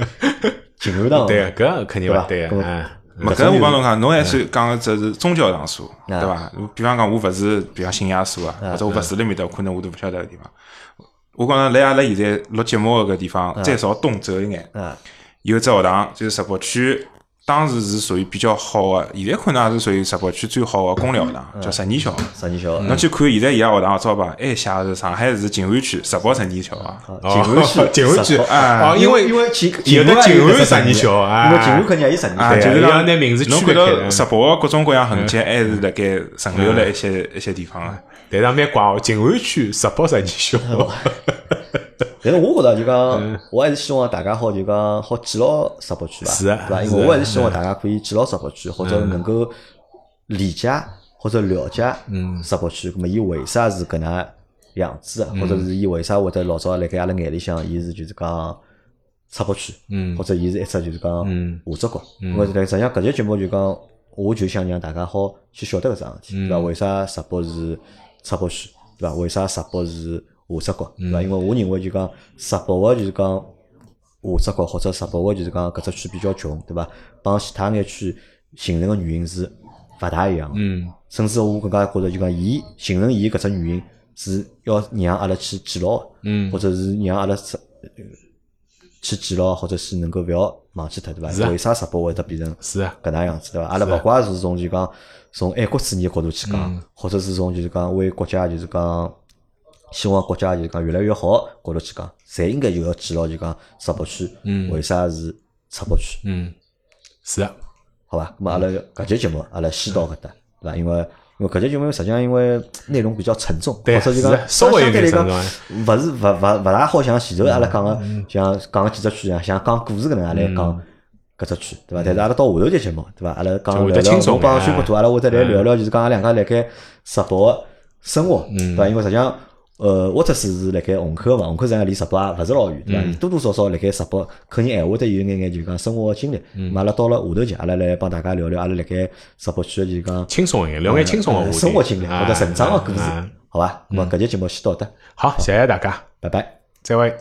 Speaker 2: 静安堂。
Speaker 1: 对啊，搿肯定勿对
Speaker 2: 哦对
Speaker 1: 个，
Speaker 2: 吧
Speaker 1: 哎，
Speaker 3: 没搿我帮侬啊讲，侬
Speaker 1: 嗯
Speaker 3: 还算讲个只是宗教场所，对伐？比方讲，我勿是，比方信耶稣
Speaker 1: 嗯
Speaker 3: 啊，或者我勿住辣面搭，可能我都勿晓得个地方。我讲来阿拉现在录节目个搿地
Speaker 1: 嗯
Speaker 3: 方，再朝东走一眼，
Speaker 2: 啊，
Speaker 3: 有一只学堂，就是石博区，当时是属于比较好个，现在可能也是属于石博区最好个公立学
Speaker 1: 嗯
Speaker 3: 堂，叫十年校。
Speaker 2: 十年小学，
Speaker 1: 哦
Speaker 3: 侬去看现在伊拉学堂个招牌，还写哎的是上海市静安区石博十年校啊。
Speaker 1: 哦
Speaker 2: 静 安区，
Speaker 1: 静安区
Speaker 2: 十
Speaker 1: 啊
Speaker 2: 哦
Speaker 1: 因为
Speaker 2: 因为其
Speaker 1: 有的
Speaker 2: 静
Speaker 1: 静
Speaker 2: 安也
Speaker 1: 安
Speaker 2: 十
Speaker 1: 十年小啊
Speaker 2: 因为静安肯定也有十年
Speaker 3: 啊，
Speaker 2: 小
Speaker 3: 就
Speaker 1: 对啊
Speaker 3: 是
Speaker 1: 伊拉
Speaker 3: 讲
Speaker 1: 拿名字区
Speaker 3: 侬
Speaker 1: 别
Speaker 3: 看到
Speaker 1: 开的嗯
Speaker 3: 石博各种各样痕迹，还是辣盖存留了一些一些地方啊个。
Speaker 1: 但是也蛮怪哦，静安区石博十年 小，
Speaker 2: 但是我觉着就
Speaker 1: 嗯
Speaker 2: 讲，我还是希望大家好就讲好记牢石博区吧，
Speaker 1: 是啊
Speaker 2: 对吧？因
Speaker 1: 是啊嗯
Speaker 2: 为我还是希望大家可以记牢石博区，或者能够理解或者了解
Speaker 1: 嗯
Speaker 2: 石博区，那么伊为啥是搿能样子啊？或者是伊为啥会得老早辣盖阿拉眼里向，伊是就是讲。插播区，
Speaker 1: 嗯
Speaker 2: 或者伊是一只就是讲
Speaker 1: 嗯
Speaker 2: 合作国。我实际上搿节节目就讲，我就想让大家好去晓得搿桩事
Speaker 1: 嗯
Speaker 2: 体，对伐？为啥直播是插播区，对伐？为啥直播是合作国，
Speaker 1: 嗯
Speaker 2: 对伐？因为我认为就讲直播个就是讲合作国或者直播个就是讲搿只区比较穷，对伐？帮其他眼区形成个原因是勿大一样 的。
Speaker 1: 嗯
Speaker 2: 甚至我更加觉着就讲，伊形成伊搿只原因是要让阿拉去记牢的，
Speaker 1: 嗯
Speaker 2: 或者是让阿拉是呃去记牢，或者是能够勿要忘记脱，对
Speaker 1: 是啊
Speaker 2: 伐？为啥直播会得变成
Speaker 1: 是啊，嗯
Speaker 2: 搿能样子，对伐？阿拉勿怪是从就讲从爱国主义的角度去讲，或者是从就是讲为国家就是讲希望国家就是讲越来越好角度去讲，侪应该就要记牢就讲直播区
Speaker 1: 嗯
Speaker 2: 为啥是直播区，
Speaker 1: 嗯，是啊，
Speaker 2: 好吧？咁么阿拉搿节节目阿拉先到搿搭，对伐？因为因为搿节节目实际上因为内容比较沉重，
Speaker 1: 对
Speaker 2: 或者就是讲
Speaker 1: 稍微有
Speaker 2: 相对
Speaker 1: 点
Speaker 2: 来
Speaker 1: 沉
Speaker 2: 讲
Speaker 1: 重啊嗯
Speaker 2: 勿是勿勿勿大好像前头阿拉讲个，像讲个几只区一样，像讲故事搿能样来
Speaker 1: 嗯
Speaker 2: 讲搿只区，对伐？但是阿拉到下头节节目，对伐？阿拉
Speaker 1: 就
Speaker 2: 讲
Speaker 1: 会
Speaker 2: 聊
Speaker 1: 得轻
Speaker 2: 聊
Speaker 1: 松
Speaker 2: 侬帮
Speaker 1: 点啊嗯
Speaker 2: 宣布图，阿拉会得来聊聊，就是讲阿拉两家辣盖石博个生活，
Speaker 1: 嗯
Speaker 2: 对伐？因为实际上。呃，我只是是辣盖虹口嘛，虹口实际上离石博也勿是老远，对伐？
Speaker 1: 嗯
Speaker 2: 多多少少辣盖石博，肯定还会得有眼眼就讲生活个经历。
Speaker 1: 嗯
Speaker 2: 嘛，阿拉到了下头节，阿拉来帮大家聊聊阿拉辣盖石博区个就是讲
Speaker 1: 轻松一点，聊眼轻松的话
Speaker 2: 呃
Speaker 1: 题，
Speaker 2: 生活经历
Speaker 1: 啊
Speaker 2: 或者成长个故事
Speaker 1: 啊，
Speaker 2: 好伐？那么搿节节目先到这，
Speaker 1: 好，谢谢大家，
Speaker 2: 拜拜。
Speaker 1: 再会。